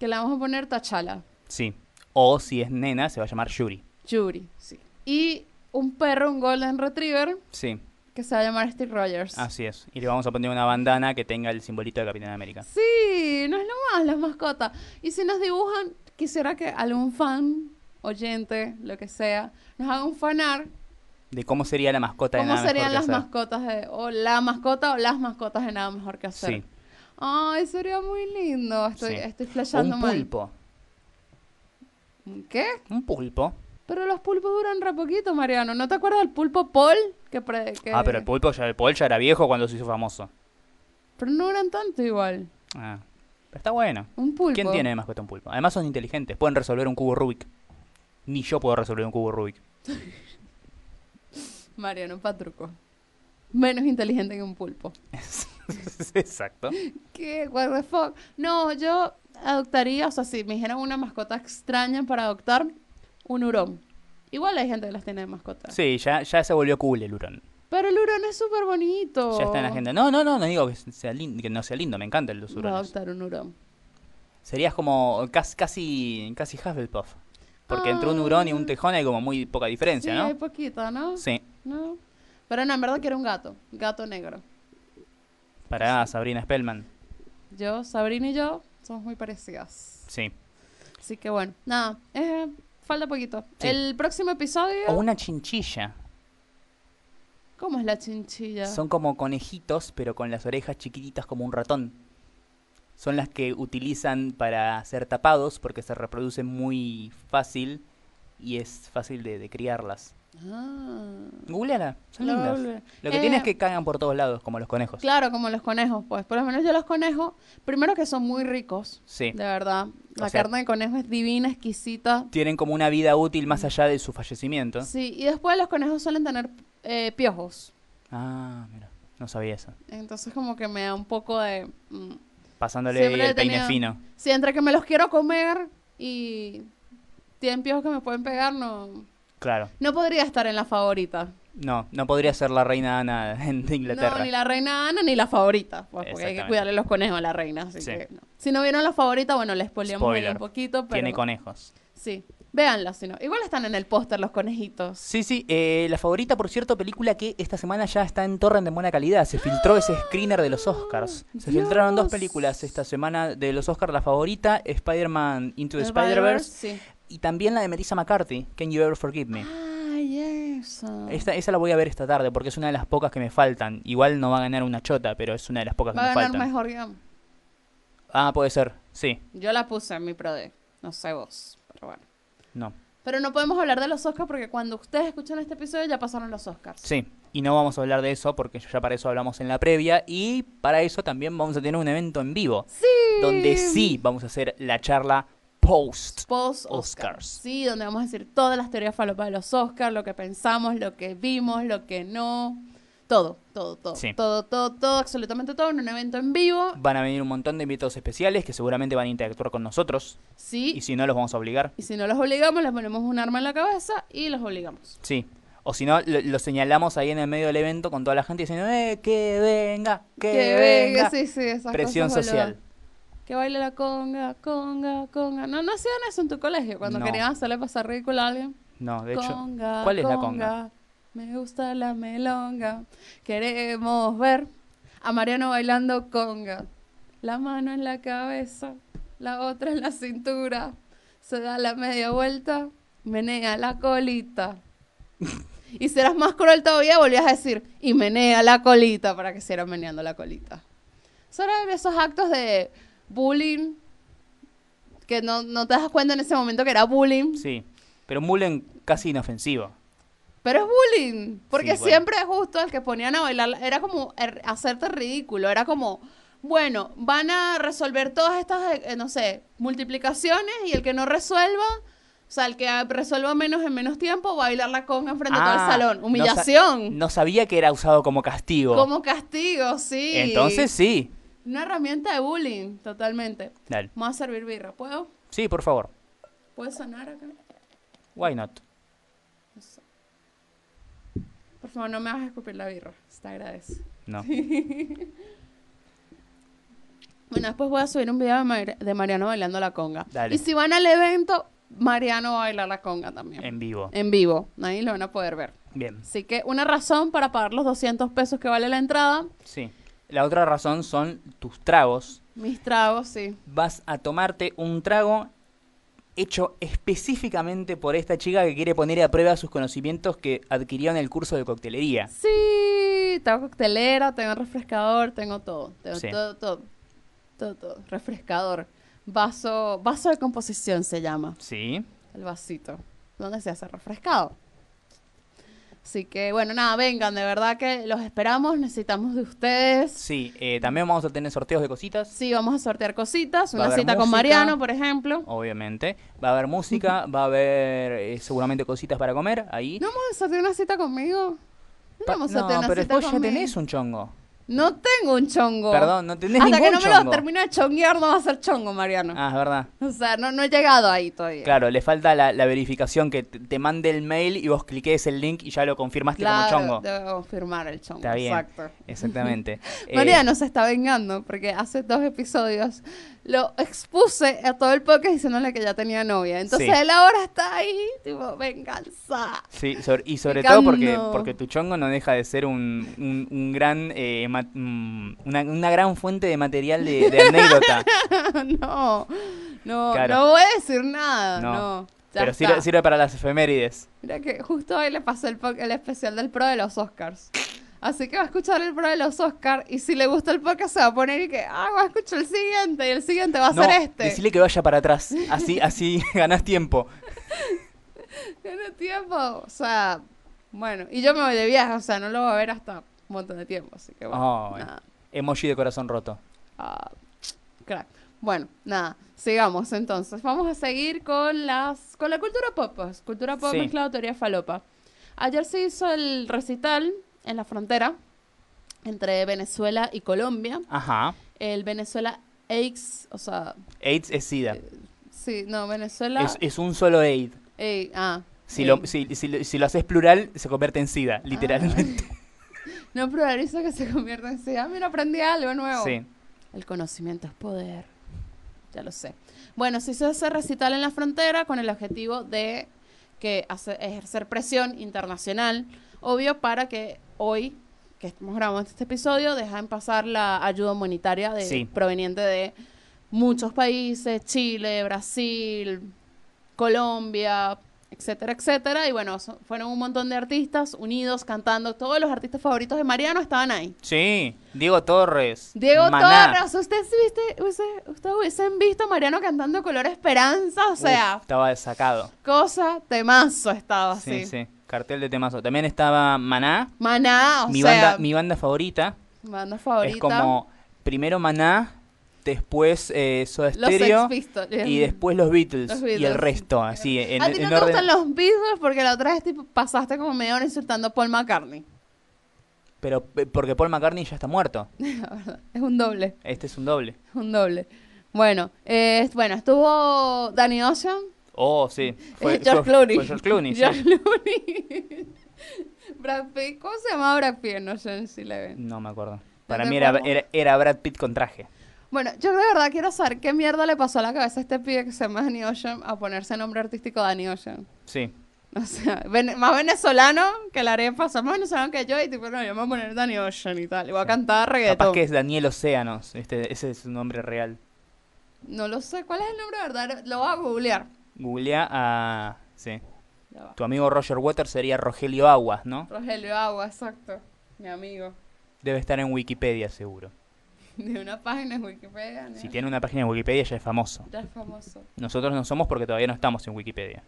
S1: que le vamos a poner Tachala,
S2: sí. O si es nena, se va a llamar Yuri.
S1: Yuri, sí. Y un perro, un Golden Retriever,
S2: Sí,
S1: que se va a llamar Steve Rogers.
S2: así es. Y le vamos a poner una bandana que tenga el simbolito de Capitán América.
S1: Sí, no es lo más, las mascotas. Y si nos dibujan, quisiera que algún fan, oyente, lo que sea, nos haga un fanar
S2: De cómo sería la mascota de
S1: cómo
S2: Nada
S1: serían las
S2: Mejor que hacer.
S1: mascotas de, o la mascota o las mascotas de nada mejor que hacer.
S2: Sí.
S1: Ay, sería muy lindo. Estoy,
S2: Sí.
S1: estoy
S2: Un
S1: flasheando mal.
S2: pulpo.
S1: ¿Qué?
S2: Un pulpo.
S1: Pero los pulpos duran re poquito, Mariano. ¿No te acuerdas del pulpo Paul? Que pre- que-
S2: Ah, pero el pulpo ya, el Paul ya era viejo cuando se hizo famoso.
S1: pero no duran tanto igual.
S2: Ah, pero está bueno.
S1: Un pulpo.
S2: ¿Quién tiene de mascota un pulpo? Además son inteligentes, pueden resolver un cubo Rubik. Ni yo puedo resolver un cubo Rubik.
S1: Mariano Patruco. Menos inteligente que un pulpo.
S2: Exacto.
S1: ¿Qué? What the fuck? No, yo adoptaría, o sea, si me dijeran una mascota extraña para adoptar, un hurón. Igual hay gente que las tiene de mascota.
S2: Sí, ya, ya se volvió cool el hurón.
S1: Pero el hurón es súper bonito.
S2: Ya está en la agenda. No, no, no, no digo que, sea lin- que no sea lindo, me encantan los
S1: Voy a
S2: hurones.
S1: adoptar un hurón.
S2: Serías como casi, casi, casi Hufflepuff. Porque entre un
S1: Ah.
S2: hurón y un tejón hay como muy poca
S1: Sí,
S2: diferencia,
S1: hay
S2: ¿no?
S1: poquito, ¿no?
S2: Sí.
S1: No. Pero no, en verdad quiero un gato. Gato negro.
S2: Para Sabrina Spellman.
S1: Yo, Sabrina y yo somos muy parecidas.
S2: Sí.
S1: Así que bueno, nada. eh, falta poquito.
S2: Sí.
S1: El próximo episodio.
S2: O una chinchilla.
S1: ¿Cómo es la chinchilla?
S2: Son como conejitos, pero con las orejas chiquititas como un ratón. Son las que utilizan para hacer tapados porque se reproducen muy fácil y es fácil de, de criarlas.
S1: Ah.
S2: Googleala, son
S1: Lo voy a
S2: lindas.
S1: volver.
S2: Lo que
S1: Eh,
S2: tiene es que cagan por todos lados, como los conejos.
S1: Claro, como los conejos, pues. Por lo menos yo los conejos, primero que son muy ricos,
S2: Sí.
S1: de verdad. La
S2: sea-
S1: carne de conejo es divina, exquisita.
S2: Tienen como una vida útil más allá de su fallecimiento.
S1: Sí, y después los conejos suelen tener eh, piojos.
S2: Ah, mira, no sabía eso.
S1: Entonces como que me da un poco de... mm.
S2: Pasándole
S1: Siempre
S2: el
S1: he tenido-
S2: peine fino.
S1: Sí, entre que me los quiero comer y tienen piojos que me pueden pegar, no...
S2: Claro.
S1: No podría estar en la favorita.
S2: No, no podría ser la reina Ana de Inglaterra.
S1: No, ni la reina Ana ni la favorita. pues, porque hay que
S2: Exactamente.
S1: cuidarle los conejos a la reina. así
S2: Sí.
S1: que no. Si no vieron la favorita, bueno, les spoileamos ahí
S2: Spoiler.
S1: un poquito. Pero...
S2: Tiene conejos.
S1: Sí, véanla si no. Igual están en el póster los conejitos.
S2: Sí, sí. eh, la favorita, por cierto, película que esta semana ya está en torrent de buena calidad. Se filtró ese screener de los Oscars. Se
S1: Dios.
S2: filtraron dos películas esta semana de los Oscars. La favorita, Spider-Man Into the
S1: El
S2: Spider-Verse.
S1: Sí.
S2: Y también la de Melissa McCarthy, Can You Ever Forgive Me.
S1: Ay, eso.
S2: Esta- esa la voy a ver esta tarde porque es una de las pocas que me faltan. Igual no va a ganar una chota, pero es una de las pocas que
S1: Va a
S2: me
S1: ganar
S2: faltan.
S1: mejor guión.
S2: Ah, puede ser. Sí,
S1: Yo la puse en mi pro de. No sé vos, pero bueno.
S2: no.
S1: Pero no podemos hablar de los Oscars porque cuando ustedes escuchan este episodio ya pasaron los Oscars.
S2: Sí, y no vamos a hablar de eso porque ya para eso hablamos en la previa y para eso también vamos a tener un evento en vivo donde sí vamos a hacer la charla post.
S1: Post
S2: Oscars.
S1: Oscars. Sí, donde vamos a decir todas las teorías falopas de los Oscars, lo que pensamos, lo que vimos, lo que no. Todo, todo, todo.
S2: Sí.
S1: Todo, todo, todo, absolutamente todo en un evento en vivo.
S2: Van a venir un montón de invitados especiales que seguramente van a interactuar con nosotros
S1: Sí.
S2: y si no los vamos a obligar.
S1: Y si no los obligamos, les ponemos un arma en la cabeza y los obligamos.
S2: Sí. O si no, lo, lo señalamos ahí en el medio del evento con toda la gente diciendo, eh, que venga, que, venga.
S1: sí, sí, esas
S2: Presión
S1: cosas, boludo.
S2: social.
S1: Que baile la conga, conga, conga. No, no hacían eso en tu colegio cuando
S2: No.
S1: querías hacerle pasar ridículo a alguien.
S2: No, de hecho.
S1: Conga,
S2: ¿cuál es la conga?
S1: Me gusta la melonga. Queremos ver a Mariano bailando conga. La mano en la cabeza, la otra en la cintura. Se da la media vuelta, menea la colita. y serás más cruel todavía, volvías a decir, y menea la colita para que siguieran meneando la colita. Son esos actos de bullying que no, no te das cuenta en ese momento que era bullying.
S2: Sí. Pero un bullying casi inofensivo.
S1: Pero es bullying, porque
S2: Sí, bueno.
S1: siempre justo el que ponían a bailar era como er- hacerte ridículo, era como, bueno, van a resolver todas estas, eh, no sé, multiplicaciones y el que no resuelva, o sea, el que resuelva menos en menos tiempo va a bailar la conga enfrente de todo
S2: Ah,
S1: el salón.
S2: no sa-
S1: Humillación,
S2: No sabía que era usado como castigo.
S1: como castigo, sí.
S2: Entonces sí.
S1: Una herramienta de bullying, totalmente.
S2: Dale.
S1: Vamos a servir birra, ¿puedo?
S2: Sí, por favor.
S1: ¿Puede sonar acá?
S2: Why not?
S1: No sé. Por favor, no me hagas escupir la birra, te agradezco.
S2: No.
S1: Bueno, después voy a subir un video de, Mar- de Mariano bailando la conga.
S2: Dale.
S1: Y si van al evento, Mariano va a bailar la conga también.
S2: En vivo.
S1: En vivo. Ahí lo van a poder ver.
S2: Bien.
S1: Así que una razón para pagar los 200 pesos que vale la entrada.
S2: Sí. La otra razón son tus tragos.
S1: Mis tragos, sí.
S2: Vas a tomarte un trago hecho específicamente por esta chica que quiere poner a prueba sus conocimientos que adquirió en el curso de coctelería.
S1: Sí, tengo coctelera, tengo refrescador, tengo todo. Tengo
S2: Sí.
S1: todo, todo. Todo, todo. Refrescador. Vaso, vaso de composición se llama.
S2: Sí.
S1: el vasito, donde se hace refrescado. Así que, bueno, nada, vengan, de verdad que los esperamos, necesitamos de ustedes.
S2: Sí. eh, también vamos a tener sorteos de cositas.
S1: Sí, vamos a sortear cositas,
S2: Va a
S1: una
S2: haber
S1: cita con
S2: música. Oh.
S1: Mariano, por ejemplo.
S2: Obviamente. Va a haber música, va a haber eh, seguramente cositas para comer ahí.
S1: ¿No vamos a sortear una cita conmigo? No
S2: Pa-
S1: vamos a sortear una
S2: pero
S1: cita
S2: después ya
S1: conmigo.
S2: tenés un chongo.
S1: No tengo un chongo.
S2: Perdón, no tenés
S1: Hasta que
S2: ningún
S1: no me
S2: chongo.
S1: lo termine de chonguear no va a ser chongo, Mariano.
S2: Ah, es verdad.
S1: O sea, no, no he llegado ahí todavía.
S2: Claro, le falta la, la verificación que te te mande el mail y vos cliques el link y ya lo confirmaste
S1: Claro,
S2: como chongo.
S1: debo confirmar el chongo,
S2: Está bien.
S1: exacto.
S2: Exactamente. Eh,
S1: Mariano se está vengando porque hace dos episodios lo expuse a todo el podcast diciéndole que ya tenía novia. Entonces
S2: Sí.
S1: él ahora está ahí, tipo, venganza.
S2: Sí, sobre- y sobre
S1: Picando.
S2: todo porque, porque tu chongo no deja de ser un, un- un gran eh, ma- mm, una, una gran fuente de material de, de anécdota.
S1: no, no,
S2: Claro.
S1: no voy a decir nada,
S2: No,
S1: no. ya
S2: pero
S1: está.
S2: sirve, sirve para las efemérides.
S1: Mira que justo hoy le pasó el, po- el especial del pro de los Oscars. Así que va a escuchar el pro de los Oscars y si le gusta el podcast se va a poner y que, ah, voy a escuchar el siguiente y el siguiente va a
S2: No,
S1: ser este.
S2: Decile que vaya para atrás. Así, así ganás tiempo.
S1: Tiene tiempo. O sea, bueno. Y yo me voy de viaje, o sea, no lo voy a ver hasta un montón de tiempo. Así que bueno.
S2: Ay.
S1: nada.
S2: Emoji de corazón roto.
S1: Ah, crack. Bueno, nada. Sigamos entonces. Vamos a seguir con las con la cultura pop. pues. Cultura pop
S2: Sí.
S1: mezclado teoría falopa. Ayer se hizo el recital en la frontera entre Venezuela y Colombia.
S2: Ajá.
S1: El Venezuela AIDS, o sea,
S2: AIDS es SIDA.
S1: sí, no, Venezuela.
S2: Es, es un solo AIDS.
S1: Ey, ah,
S2: Si
S1: ey.
S2: lo, si, si lo- si lo haces plural, se convierte en SIDA,
S1: Ah,
S2: literalmente.
S1: No pluraliza que se convierta en sí. Ah, mira, aprendí algo nuevo.
S2: Sí.
S1: El conocimiento es poder. Ya lo sé. Bueno, se hizo ese recital en la frontera con el objetivo de que hace- ejercer presión internacional, obvio, para que hoy, que estamos grabando este episodio, dejen pasar la ayuda humanitaria de,
S2: Sí.
S1: proveniente de muchos países, Chile, Brasil, Colombia, etcétera, etcétera. Y bueno, so- fueron un montón de artistas unidos cantando. Todos los artistas favoritos de Mariano estaban ahí.
S2: Sí, Diego Torres.
S1: Diego
S2: Maná.
S1: Torres, ustedes viste, usted- ustedes hubiesen visto a Mariano cantando Color Esperanza, o
S2: Uf,
S1: sea, Ah,
S2: estaba desacado.
S1: cosa temazo estaba así.
S2: Sí, sí. Cartel de temazo. También estaba Maná.
S1: Maná, Ah, o
S2: mi,
S1: sea,
S2: banda, mi banda favorita.
S1: banda favorita.
S2: Es como primero Maná, después eh, Soda
S1: los Sex
S2: Stereo
S1: Pistols.
S2: y después los Beatles,
S1: Los
S2: y el
S1: Beatles.
S2: resto, así en, e-
S1: a ti no
S2: en
S1: te
S2: orden.
S1: gustan los Beatles porque la otra vez tipo, pasaste como media hora insultando a Paul McCartney.
S2: Pero eh, porque Paul McCartney ya está muerto.
S1: La verdad, es un doble,
S2: Este es un doble.
S1: es un doble. Bueno, eh, bueno, estuvo Danny Ocean,
S2: Oh, sí.
S1: eh, George Clooney.
S2: fue George Clooney, sí.
S1: George Clooney. Brad Pitt, ¿cómo se llama Brad Pitt? No sé si le ven.
S2: No me acuerdo. Para
S1: te
S2: mí era,
S1: acuerdas?
S2: era, era Brad Pitt con traje.
S1: Bueno, yo de verdad quiero saber qué mierda le pasó a la cabeza a este pibe que se llama Danny Ocean a ponerse nombre artístico Danny Ocean.
S2: Sí.
S1: O sea, ven- más venezolano que la arepa, o sea, más venezolano que yo y tipo, no, yo me voy a poner Danny Ocean y tal, y voy a cantar
S2: Capaz
S1: reggaetón.
S2: que es Daniel Océanos. Este, ese es su nombre real.
S1: No lo sé, ¿cuál es el nombre verdadero? Lo voy a googlear.
S2: Googlea a. Sí.
S1: Ya va.
S2: Tu amigo Roger Waters sería Rogelio Aguas, ¿no?
S1: Rogelio Agua, exacto, mi amigo.
S2: Debe estar en Wikipedia, seguro.
S1: De una página en Wikipedia, ¿no?
S2: Si tiene una página en Wikipedia, ya es famoso.
S1: ya es famoso.
S2: Nosotros no somos porque todavía no estamos en Wikipedia.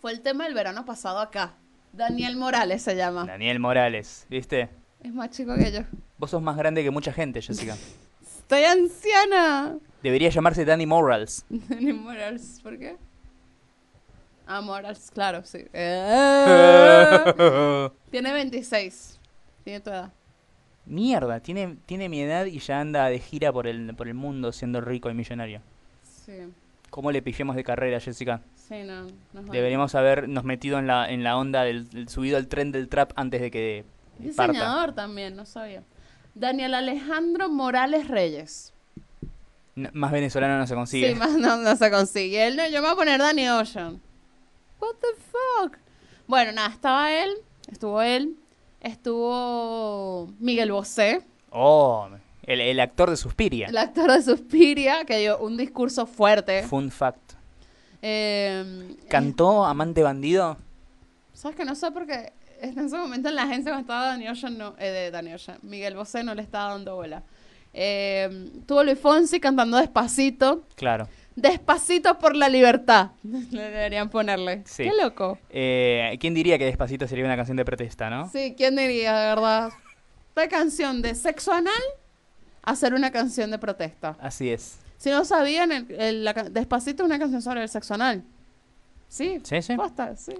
S1: Fue el tema del verano pasado acá. Daniel Morales se llama.
S2: Daniel Morales, ¿viste?
S1: Es más chico que yo.
S2: Vos sos más grande que mucha gente, Jessica.
S1: ¡Estoy anciana!
S2: Debería llamarse Danny Morales.
S1: Ni Morals, ¿por qué? Ah, Morals, claro, sí. Eh. Tiene 26. Tiene tu edad.
S2: Mierda, tiene, tiene mi edad y ya anda de gira por el, por el mundo siendo rico y millonario.
S1: Sí,
S2: ¿Cómo le pillemos de carrera, Jessica?
S1: sí, no. no es mal.
S2: Deberíamos habernos metido en la, en la onda del, del- subido al tren del trap antes de que parta.
S1: Diseñador también, no sabía. Daniel Alejandro Morales Reyes.
S2: N- más venezolano no se consigue.
S1: Sí, más no, no se consigue. Él no, yo me voy a poner Danny Ocean. What the fuck? Bueno, nada, estaba él, estuvo él, estuvo Miguel Bosé.
S2: oh, el, el actor de Suspiria.
S1: El actor de Suspiria, que dio un discurso fuerte.
S2: Fun fact.
S1: Eh,
S2: ¿Cantó Amante Bandido?
S1: ¿Sabes que No sé porque en ese momento en la agencia cuando estaba Dani Ocean, no, eh, de Dani Ocean, Miguel Bosé no le estaba dando bola. Eh, tuvo Luis Fonsi cantando Despacito.
S2: Claro.
S1: Despacito por la libertad. le deberían ponerle.
S2: Sí.
S1: Qué loco.
S2: Eh, ¿Quién diría que Despacito sería una canción de protesta, no?
S1: Sí, ¿quién diría, de verdad? Esta canción de sexo anal, hacer una canción de protesta.
S2: Así es.
S1: Si no sabían, el, el- la ca- Despacito es una canción sobre el sexo anal. Sí,
S2: Sí, sí.
S1: posta, sí.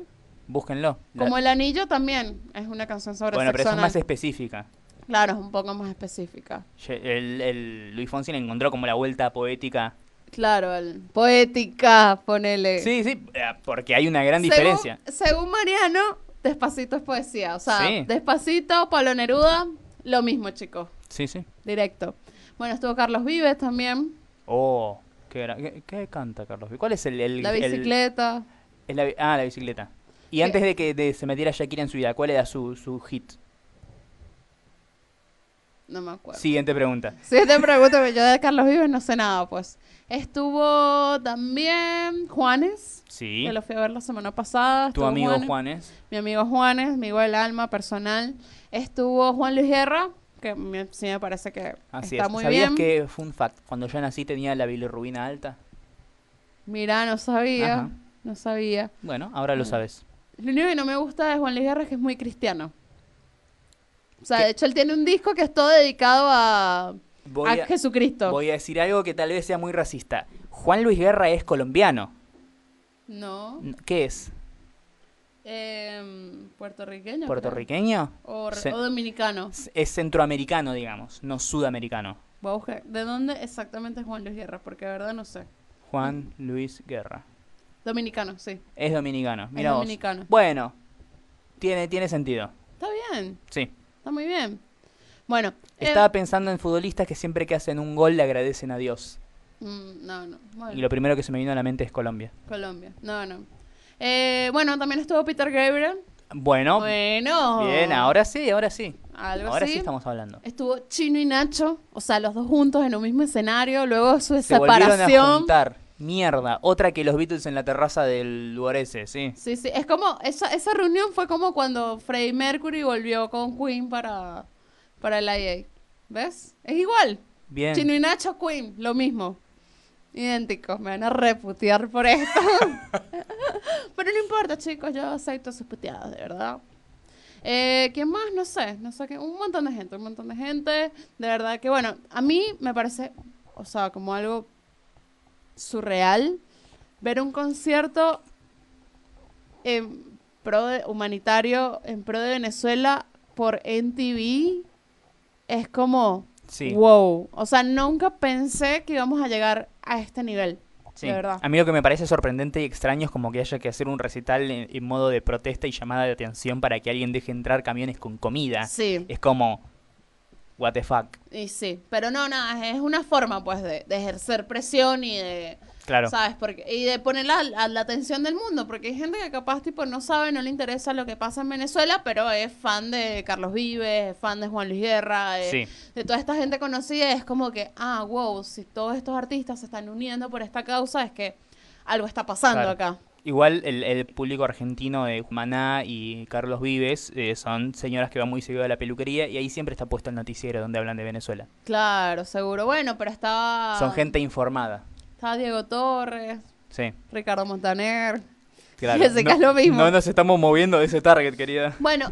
S2: Búsquenlo. La-
S1: Como el anillo también es una canción sobre
S2: bueno, pero
S1: sexo
S2: eso es
S1: anal.
S2: más específica.
S1: Claro, es un poco más específica.
S2: Ye- El, el Luis Fonsi le encontró como la vuelta poética.
S1: Claro, el- poética, ponele.
S2: Sí, sí, eh, porque hay una gran
S1: Según-
S2: diferencia.
S1: Según Mariano, despacito es poesía. O sea,
S2: Sí.
S1: despacito, Pablo Neruda, lo mismo, chicos.
S2: Sí, sí.
S1: Directo. Bueno, estuvo Carlos Vives también.
S2: Oh, qué, gra- qué- qué canta Carlos? ¿Cuál es el...? el-
S1: La
S2: el-
S1: bicicleta.
S2: es la bi- ah, la bicicleta. Y
S1: Eh.
S2: antes de que de- se metiera Shakira en su vida, ¿cuál era su, su hit?
S1: No me acuerdo.
S2: Siguiente pregunta.
S1: Si te pregunto, que yo de Carlos Vives no sé nada, pues. Estuvo también Juanes,
S2: Sí.
S1: que lo fui a ver la semana pasada.
S2: Tu
S1: Estuvo
S2: amigo Juanes.
S1: mi amigo Juanes, amigo del alma personal. Estuvo Juan Luis Guerra, que me- sí me parece que
S2: Así
S1: está
S2: es.
S1: muy bien.
S2: ¿Sabías que, fun fact, cuando yo nací tenía la bilirrubina alta?
S1: Mira, no sabía,
S2: Ajá.
S1: no sabía.
S2: Bueno, ahora
S1: Mm.
S2: lo sabes.
S1: Lo único que no me gusta de Juan Luis Guerra es que es muy cristiano. O sea,
S2: ¿Qué?
S1: de hecho él tiene un disco que es todo dedicado a, a
S2: Voy a,
S1: Jesucristo.
S2: voy a decir algo que tal vez sea muy racista. Juan Luis Guerra es colombiano.
S1: No,
S2: ¿Qué es?
S1: em, puertorriqueño. creo.
S2: ¿Puertorriqueño?
S1: O, re-
S2: Se-
S1: o dominicano.
S2: Es- Es centroamericano, digamos, no sudamericano.
S1: Voy a buscar. ¿De dónde exactamente es Juan Luis Guerra? Porque de verdad no sé.
S2: Juan Luis Guerra.
S1: Dominicano, sí.
S2: Es dominicano. Mira
S1: es
S2: vos.
S1: dominicano.
S2: Bueno, tiene, tiene sentido.
S1: Está bien.
S2: Sí.
S1: Está muy bien. Bueno, eh,
S2: Estaba pensando en futbolistas que siempre que hacen un gol le agradecen a Dios.
S1: mm, no, no.
S2: Y
S1: Bueno,
S2: lo primero que se me vino a la mente es Colombia.
S1: Colombia. No, no. Eh, bueno, también estuvo Peter Gabriel.
S2: Bueno,
S1: Bueno.
S2: bien, ahora sí, ahora sí.
S1: Algo
S2: Ahora
S1: así.
S2: sí estamos hablando.
S1: Estuvo Chino y Nacho, o sea, los dos juntos en un mismo escenario, luego su
S2: Se volvieron a
S1: separación.
S2: juntar. Mierda, otra que los Beatles en la terraza del lugar ese, sí.
S1: Sí, sí, es como, esa, esa reunión fue como cuando Freddie Mercury volvió con Queen para, para el IA. ¿Ves? Es igual.
S2: Bien.
S1: Chino y Nacho Queen, lo mismo. Idénticos, me van a reputear por esto. Pero no importa, chicos, yo acepto sus puteadas, de verdad. Eh, ¿Quién más? No sé, no sé, qué- un montón de gente, un montón de gente. De verdad que, bueno, a mí me parece, o sea, como algo surreal ver un concierto en pro de- humanitario, en pro de Venezuela, por NTV. Es como,
S2: Sí.
S1: wow. O sea, nunca pensé que íbamos a llegar a este nivel.
S2: Sí.
S1: de verdad.
S2: A mí lo que me parece sorprendente y extraño es como que haya que hacer un recital en, en modo de protesta y llamada de atención para que alguien deje entrar camiones con comida.
S1: Sí.
S2: Es como, what the fuck.
S1: Y sí, pero no, nada, es una forma pues de, de ejercer presión y de,
S2: Claro.
S1: ¿sabes? Porque, y de ponerla a, a la atención del mundo, porque hay gente que capaz tipo no sabe, no le interesa lo que pasa en Venezuela, pero es fan de Carlos Vives, es fan de Juan Luis Guerra, es-
S2: Sí.
S1: de toda esta gente conocida, es como que, ah, wow, si todos estos artistas se están uniendo por esta causa, es que algo está pasando
S2: Claro.
S1: acá.
S2: Igual el, el público argentino de Maná y Carlos Vives eh, son señoras que van muy seguido a la peluquería y ahí siempre está puesto el noticiero donde hablan de Venezuela.
S1: Claro, seguro. Bueno, pero está,
S2: Son gente informada.
S1: está Diego Torres,
S2: Sí,
S1: Ricardo Montaner.
S2: claro.
S1: Ese que es lo mismo.
S2: no nos estamos moviendo de ese target, querida.
S1: Bueno.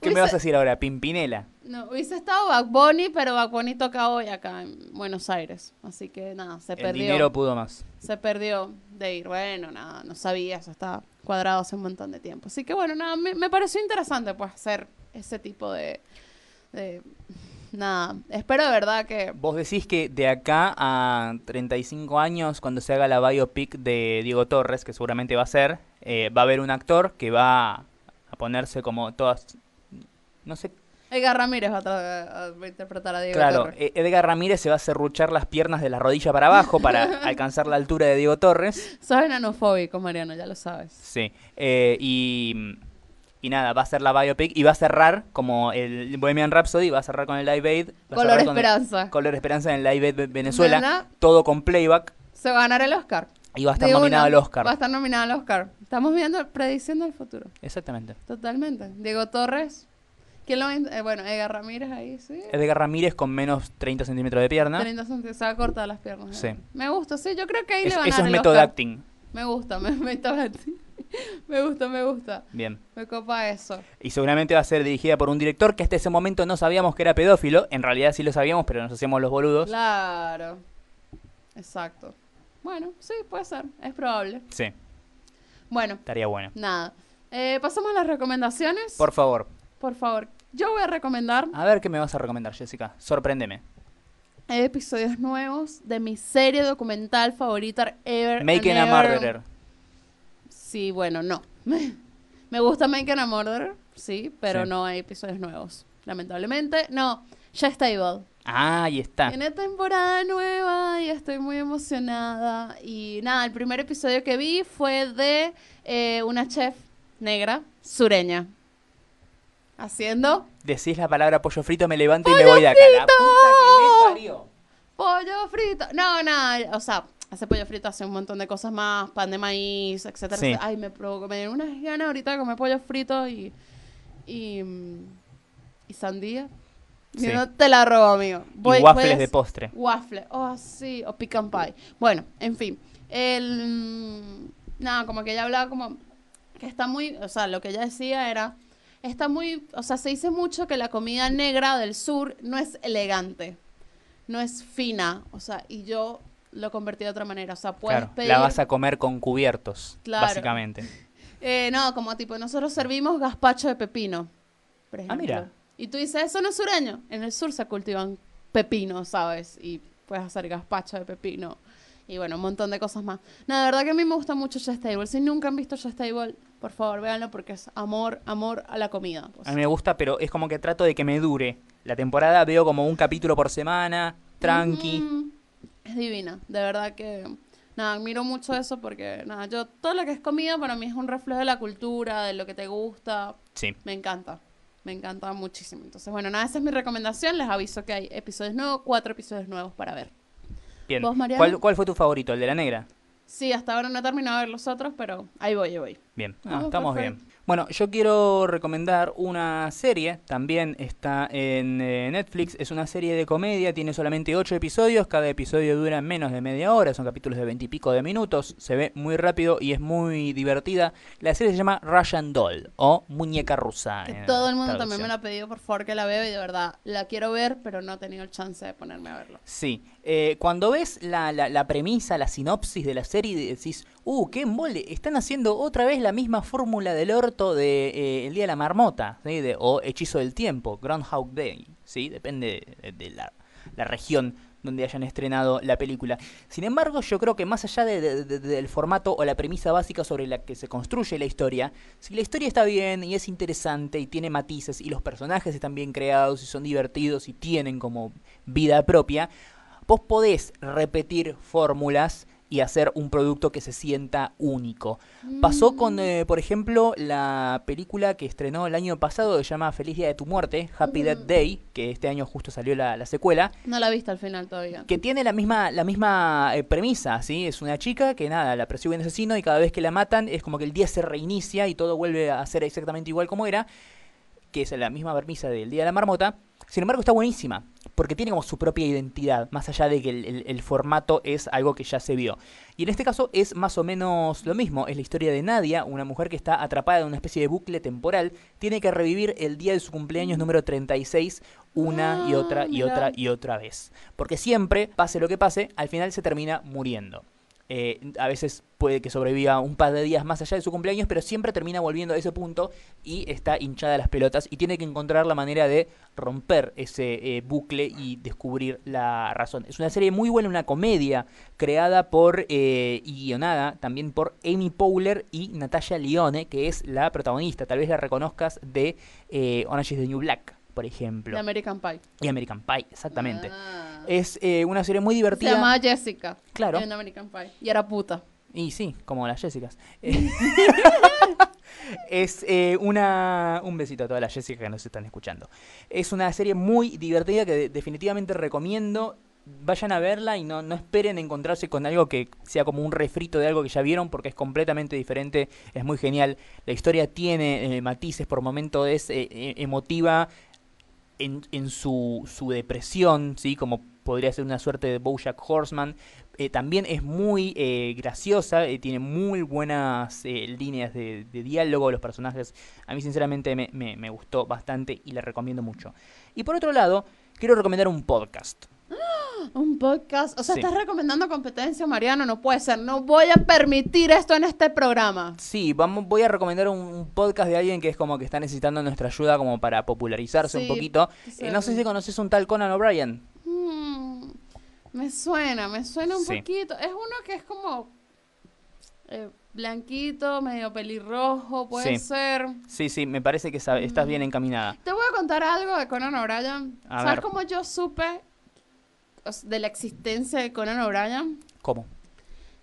S2: ¿Qué me
S1: hubiese-
S2: vas a decir ahora? Pimpinela.
S1: No, hubiese estado Bad Bunny, pero Bad Bunny toca hoy acá en Buenos Aires. Así que nada, se
S2: El
S1: perdió.
S2: dinero pudo más.
S1: Se perdió de ir. Bueno, nada, no sabía, eso está cuadrado hace un montón de tiempo. Así que bueno, nada, me, me pareció interesante pues hacer ese tipo de, de- Nada, espero de verdad que...
S2: Vos decís que de acá a 35 años, cuando se haga la biopic de Diego Torres, que seguramente va a ser, eh, va a haber un actor que va a ponerse como todas... No sé
S1: Edgar Ramírez va a, tra- va a interpretar a Diego
S2: Claro,
S1: Torres.
S2: eh, Edgar Ramírez se va a serruchar las piernas de la rodilla para abajo para alcanzar la altura de Diego Torres.
S1: Sos enanofóbico, Mariano, ya lo sabes.
S2: Sí. eh, y, y nada, va a ser la biopic y va a cerrar como el Bohemian Rhapsody, va a cerrar con el Live Aid. va a
S1: Color
S2: cerrar con el-
S1: Esperanza.
S2: Color Esperanza en el Live Aid de Venezuela.
S1: ¿Verdad?
S2: Todo con playback
S1: Se va a ganar el Oscar.
S2: y va a estar
S1: De
S2: nominado
S1: una,
S2: al Oscar.
S1: Va a estar nominado al Oscar. Estamos viendo, prediciendo el futuro.
S2: Exactamente.
S1: Totalmente. Diego Torres. ¿Quién lo va a in- eh, Bueno, Edgar Ramírez ahí, sí.
S2: Edgar Ramírez con menos 30 centímetros de pierna.
S1: 30 centi- se va a cortar las piernas.
S2: Sí.
S1: eh. Me gusta, sí. Yo creo que ahí
S2: Es-
S1: le van a
S2: eso
S1: dar
S2: es
S1: el
S2: método
S1: Oscar.
S2: acting.
S1: Me gusta, me, método acting. me gusta, me gusta.
S2: Bien.
S1: Me copa eso.
S2: Y seguramente va a ser dirigida por un director que hasta ese momento no sabíamos que era pedófilo. En realidad sí lo sabíamos, pero nos hacíamos los boludos.
S1: Claro. Exacto. Bueno, sí, puede ser. Es probable.
S2: Sí,
S1: Bueno,
S2: estaría bueno.
S1: nada. Eh, Pasamos a las recomendaciones.
S2: Por favor,
S1: Por favor. Yo voy a recomendar
S2: a ver qué me vas a recomendar, Jessica. Sorpréndeme.
S1: episodios nuevos de mi serie documental favorita ever.
S2: Making a
S1: and ever.
S2: Murderer.
S1: Sí, bueno, no. Me gusta Making a Murder, sí, pero
S2: Sí.
S1: no hay episodios nuevos. Lamentablemente, no. Ya está igual.
S2: Ah, ahí está.
S1: Tiene temporada nueva y estoy muy emocionada. Y nada, el primer episodio que vi fue de eh, una chef negra sureña. Haciendo
S2: Decís la palabra pollo frito, me levanto y me voy de acá. La puta que me parió.
S1: pollo frito. No, nada, o sea, hace pollo frito, hace un montón de cosas más, pan de maíz, etcétera.
S2: Sí.
S1: etcétera. Ay, me provocó, me dieron unas ganas ahorita de comer pollo frito y y, mm, y sandía.
S2: Sí.
S1: Si no te la robo, amigo. Voy-
S2: y waffles
S1: puedes-
S2: de postre.
S1: Waffle, oh sí, o pecan pie. Bueno, en fin. El, mm, nada, como que ella hablaba como que está muy, o sea, lo que ella decía era, está muy, o sea, se dice mucho que la comida negra del sur no es elegante, no es fina, o sea, y yo lo convertí de otra manera, o sea, puedes
S2: Claro,
S1: pedir...
S2: la vas a comer con cubiertos,
S1: Claro.
S2: básicamente.
S1: Eh, no, como tipo, nosotros servimos gazpacho de pepino. por ejemplo.
S2: Ah, mira.
S1: Y tú dices, eso no es sureño. En el sur se cultivan pepinos, ¿sabes? Y puedes hacer gazpacho de pepino. Y bueno, un montón de cosas más. No, de verdad que a mí me gusta mucho Just Table. Si nunca han visto Just Table, por favor, véanlo porque es amor, amor a la comida. pues.
S2: A mí me gusta, pero es como que trato de que me dure. La temporada veo como un capítulo por semana, tranqui.
S1: Ujú. mm, Es divina, de verdad que nada, admiro mucho eso porque nada, yo todo lo que es comida para mí es un reflejo de la cultura, de lo que te gusta.
S2: Sí.
S1: Me encanta. Me encanta muchísimo. Entonces, bueno, nada, esa es mi recomendación. Les aviso que hay episodios nuevos, cuatro episodios nuevos para ver.
S2: Bien.
S1: ¿Vos, Mariano?
S2: ¿Cuál, ¿Cuál fue tu favorito? ¿El de la negra?
S1: Sí, hasta ahora no he terminado de ver los otros, pero ahí voy, ahí voy.
S2: Bien,
S1: Ah,
S2: Ah, estamos
S1: perfecto.
S2: bien. Bueno, yo quiero recomendar una serie, también está en eh, Netflix, es una serie de comedia, tiene solamente 8 episodios, cada episodio dura menos de media hora, son capítulos de 20 y pico de minutos, se ve muy rápido y es muy divertida. La serie se llama Russian Doll o Muñeca Rusa.
S1: Que
S2: en
S1: todo el mundo también
S2: Ah, traducción.
S1: me lo ha pedido, por favor, que la veo y de verdad la quiero ver, pero no he tenido el chance de ponerme a verlo.
S2: Sí, eh, cuando ves la, la- la premisa, la sinopsis de la serie, decís, uh, qué mole, están haciendo otra vez la misma fórmula del orto de eh, El Día de la Marmota, ¿sí? De- o Hechizo del Tiempo, Groundhog Day, ¿sí? Depende de, de la, la región donde hayan estrenado la película. Sin embargo, yo creo que más allá de- de- de- del formato o la premisa básica sobre la que se construye la historia, si la historia está bien y es interesante y tiene matices y los personajes están bien creados y son divertidos y tienen como vida propia, vos podés repetir fórmulas y hacer un producto que se sienta único. Pasó con, eh, por ejemplo, la película que estrenó el año pasado, que se llama Feliz Día de tu Muerte, Happy Death Day, que este año justo salió la, la secuela,
S1: No la he visto al final todavía.
S2: que tiene la misma, la misma eh, premisa, ¿sí? Es una chica que nada, la persigue un asesino y cada vez que la matan es como que el día se reinicia y todo vuelve a ser exactamente igual como era, que es la misma premisa del Día de la Marmota. Sin embargo, está buenísima, porque tiene como su propia identidad, más allá de que el, el- el formato es algo que ya se vio. Y en este caso es más o menos lo mismo, es la historia de Nadia, una mujer que está atrapada en una especie de bucle temporal, tiene que revivir el día de su cumpleaños número 36 una y
S1: Ah,
S2: otra y
S1: mirá.
S2: otra y otra vez. Porque siempre, pase lo que pase, al final se termina muriendo. Eh, a veces puede que sobreviva un par de días más allá de su cumpleaños, pero siempre termina volviendo a ese punto y está hinchada las pelotas y tiene que encontrar la manera de romper ese eh, bucle y descubrir la razón. Es una serie muy buena, una comedia creada por eh, y guionada también por Amy Powler y Natalia Lione, que es la protagonista. Tal vez la reconozcas de eh, Orange is the New Black, por ejemplo.
S1: De American Pie.
S2: Y American Pie, exactamente.
S1: Ah.
S2: Es eh, una serie muy
S1: Se
S2: divertida.
S1: llamaba Jessica.
S2: Claro.
S1: En American Pie. Y era puta.
S2: Y sí, como las Jessicas. Eh, es eh, una. Un besito a todas las Jessicas que nos están escuchando. Es una serie muy divertida que de- definitivamente recomiendo. Vayan a verla y no, no esperen encontrarse con algo que sea como un refrito de algo que ya vieron porque es completamente diferente, es muy genial. La historia tiene eh, matices, por momento es eh, eh, emotiva en, en su, su depresión, ¿sí? como podría ser una suerte de Bojack Horseman. Eh, también es muy eh, graciosa, eh, tiene muy buenas eh, líneas de, de diálogo, los personajes a mí sinceramente me, me- me gustó bastante y la recomiendo mucho. Y por otro lado, quiero recomendar un podcast.
S1: Un podcast. O sea,
S2: Sí.
S1: estás recomendando competencia, Mariano. No puede ser. No voy a permitir esto en este programa.
S2: Sí, vamos, voy a recomendar un, un podcast de alguien que es como que está necesitando nuestra ayuda como para popularizarse un
S1: Sí,
S2: poquito.
S1: sí.
S2: Eh, no sé si conoces un tal Conan O'Brien.
S1: Mm, me suena, me suena un
S2: Sí.
S1: poquito. Es uno que es como eh, blanquito, medio pelirrojo, puede
S2: Sí.
S1: ser.
S2: Sí, sí, me parece que sabe- estás bien encaminada.
S1: Te voy a contar algo de Conan O'Brien.
S2: A
S1: ¿Sabes
S2: ver.
S1: cómo yo supe o sea, de la existencia de Conan O'Brien?
S2: ¿Cómo?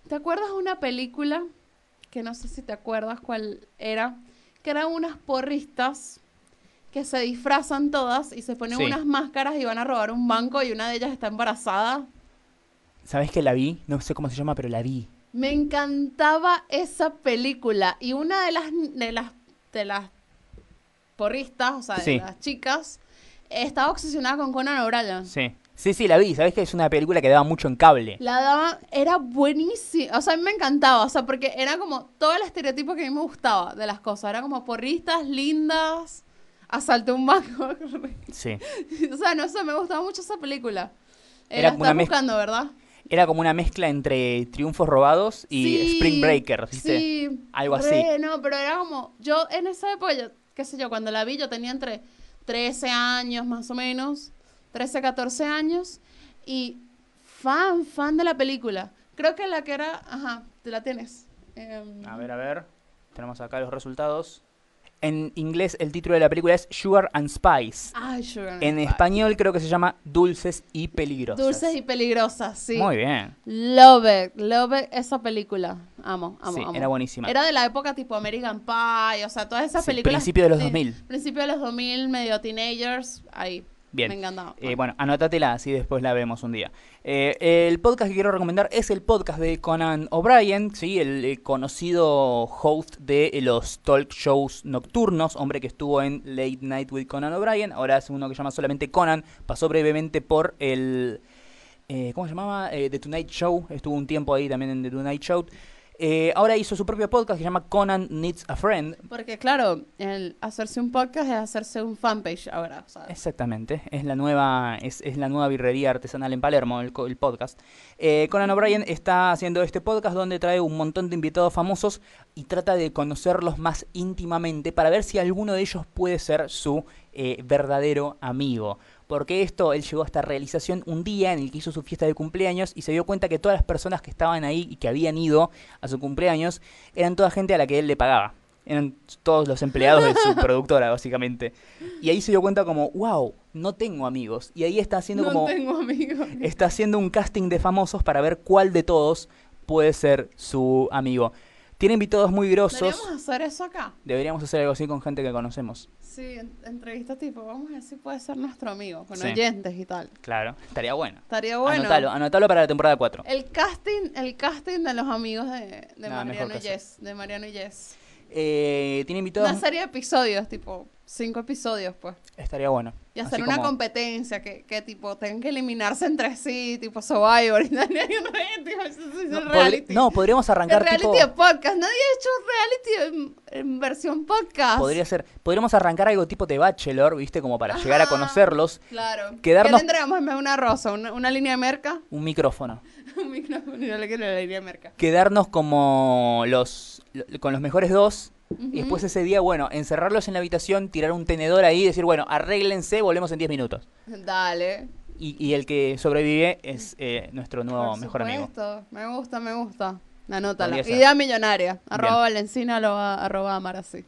S1: ¿Te acuerdas de una película? Que no sé si te acuerdas cuál era. Que eran unas porristas que se disfrazan todas y se ponen
S2: Sí.
S1: unas máscaras y van a robar un banco y una de ellas está embarazada.
S2: ¿Sabes que la vi? No sé cómo se llama, pero la vi.
S1: Me encantaba esa película y una de las de las de las porristas, o sea, de
S2: Sí.
S1: las chicas, estaba obsesionada con Conan O'Brien.
S2: Sí. Sí, sí, la vi. ¿Sabes que es una película que daba mucho en cable?
S1: La daba, era buenísima, o sea, a mí me encantaba, o sea, porque era como todo el estereotipo que a mí me gustaba de las cosas, era como porristas lindas, asaltó un banco,
S2: Sí.
S1: o sea, no sé, me gustaba mucho esa película. Eh,
S2: Era
S1: la
S2: como una
S1: estás
S2: mezc-
S1: buscando, ¿verdad?
S2: Era como una mezcla entre Triunfos Robados y
S1: Sí,
S2: Spring Breaker, ¿viste?
S1: Sí.
S2: Algo
S1: Re,
S2: así.
S1: No, pero era como, yo en esa época, yo- qué sé yo, cuando la vi yo tenía entre 13 años más o menos, 13, 14 años, y fan, fan de la película. Creo que la que era, ajá, te la tienes. Em,
S2: A ver, a ver. Tenemos acá los resultados. En inglés el título de la película es Sugar and Spice.
S1: Ay, Sugar Ah, and
S2: En
S1: Spice.
S2: español creo que se llama Dulces y Peligrosas.
S1: Dulces y peligrosas, sí.
S2: Muy bien.
S1: Love it, love it, esa película. Amo, amo,
S2: Sí,
S1: amo.
S2: era buenísima.
S1: Era de la época tipo American Pie, o sea, todas esas
S2: Sí,
S1: películas.
S2: principio de los
S1: Sí,
S2: 2000.
S1: Principio de los 2000, medio teenagers, ahí.
S2: Bien.
S1: Me encantaba.
S2: Eh, bueno, anótatela, así después la vemos un día. Eh, el podcast que quiero recomendar es el podcast de Conan O'Brien, ¿sí? el eh, conocido host de los talk shows nocturnos, hombre que estuvo en Late Night with Conan O'Brien, ahora hace uno que se llama solamente Conan, pasó brevemente por el... eh, ¿Cómo se llamaba? Eh, The Tonight Show, estuvo un tiempo ahí también en The Tonight Show. Eh, ahora hizo su propio podcast que se llama Conan Needs a Friend,
S1: Porque claro, el hacerse un podcast es hacerse un fanpage ahora. o sea,
S2: Exactamente, es la nueva, es, es la nueva birrería artesanal en Palermo, el, co- el podcast. Eh, Conan O'Brien está haciendo este podcast donde trae un montón de invitados famosos y trata de conocerlos más íntimamente para ver si alguno de ellos puede ser su eh, verdadero amigo. Porque esto, él llegó a esta realización un día en el que hizo su fiesta de cumpleaños y se dio cuenta que todas las personas que estaban ahí y que habían ido a su cumpleaños eran toda gente a la que él le pagaba. Eran todos los empleados de su productora, básicamente. Y ahí se dio cuenta como, wow, no tengo amigos. Y ahí está haciendo
S1: no
S2: como
S1: tengo amigos.
S2: está haciendo un casting de famosos para ver cuál de todos puede ser su amigo. Tiene invitados muy
S1: Deberíamos
S2: grosos.
S1: hacer eso acá.
S2: Deberíamos hacer algo así con gente que conocemos.
S1: Sí, en- entrevista tipo, vamos a ver si puede ser nuestro amigo, con
S2: Sí.
S1: oyentes y tal.
S2: Claro, estaría bueno.
S1: Estaría bueno.
S2: Anotalo, anotalo para la temporada 4.
S1: El casting, el casting de los amigos de, de
S2: Nada mejor
S1: Mariano
S2: que
S1: y
S2: hacer.
S1: Jess. De Mariano y Jess.
S2: Eh, tiene
S1: Una
S2: invitados.
S1: serie de episodios, tipo, cinco episodios, pues.
S2: Estaría bueno.
S1: Y
S2: Así
S1: hacer una
S2: como-
S1: competencia que, que, tipo, tengan que eliminarse entre sí, tipo Survivor. Y nadie hay un reality, eso sí es
S2: No,
S1: un
S2: podri-
S1: reality.
S2: no, podríamos
S1: El
S2: arrancar
S1: reality
S2: tipo.
S1: de podcast. Nadie ha hecho un reality en, en versión podcast.
S2: Podría ser. Podríamos arrancar algo tipo de Bachelor, ¿viste? Como para llegar a
S1: Ajá.
S2: conocerlos.
S1: Claro.
S2: Quedarnos-
S1: ¿Qué tendríamos en vez de una rosa? ¿Una, una línea de merca?
S2: Un micrófono.
S1: Un micrófono. Yo le quiero la línea de merca.
S2: quedarnos como los lo- con los mejores dos y después
S1: Ujú.
S2: ese día, bueno, encerrarlos en la habitación, tirar un tenedor ahí y decir, bueno, arréglense, volvemos en 10 minutos.
S1: Dale.
S2: Y, y el que sobrevive es eh, nuestro nuevo
S1: Por
S2: mejor amigo.
S1: supuesto. Me gusta, me gusta. Anótala.
S2: Podría ser.
S1: Idea millonaria. Arroba
S2: Bien.
S1: Valencina, arroba, arroba Amarazzi.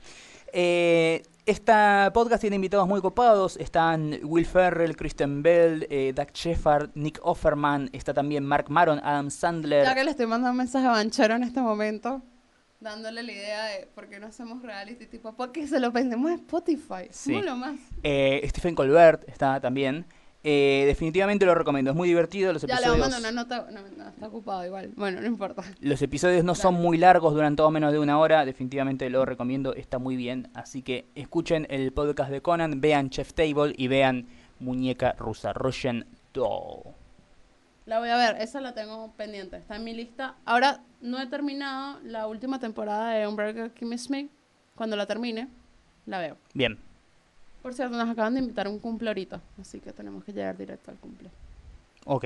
S2: Eh, esta podcast tiene invitados muy copados. Están Will Ferrell, Kristen Bell, eh, Doug Shepard, Nick Offerman. Está también Mark Maron, Adam Sandler.
S1: Ya que le estoy mandando un mensaje a Banchero en este momento, dándole la idea de por qué no hacemos reality, tipo, porque se lo vendemos a Spotify.
S2: Sí.
S1: Sí. lo más.
S2: Eh, Stephen Colbert está también. Eh, definitivamente lo recomiendo. Es muy divertido. Los
S1: Ya le
S2: episodios...
S1: voy a mandar una nota. No, no, está ocupado igual. Bueno, no importa.
S2: Los episodios no son
S1: Dale.
S2: muy largos, duran todo menos de una hora, definitivamente lo recomiendo, está muy bien. Así que escuchen el podcast de Conan, vean Chef Table y vean Muñeca Rusa, Russian Doll.
S1: La voy a ver, esa la tengo pendiente, está en mi lista. Ahora no he terminado la última temporada de Umbrella Kimmy Smith. Cuando la termine, la veo.
S2: Bien,
S1: Por cierto, nos acaban de invitar a un cumple ahorita, así que tenemos que llegar directo al cumple.
S2: ok.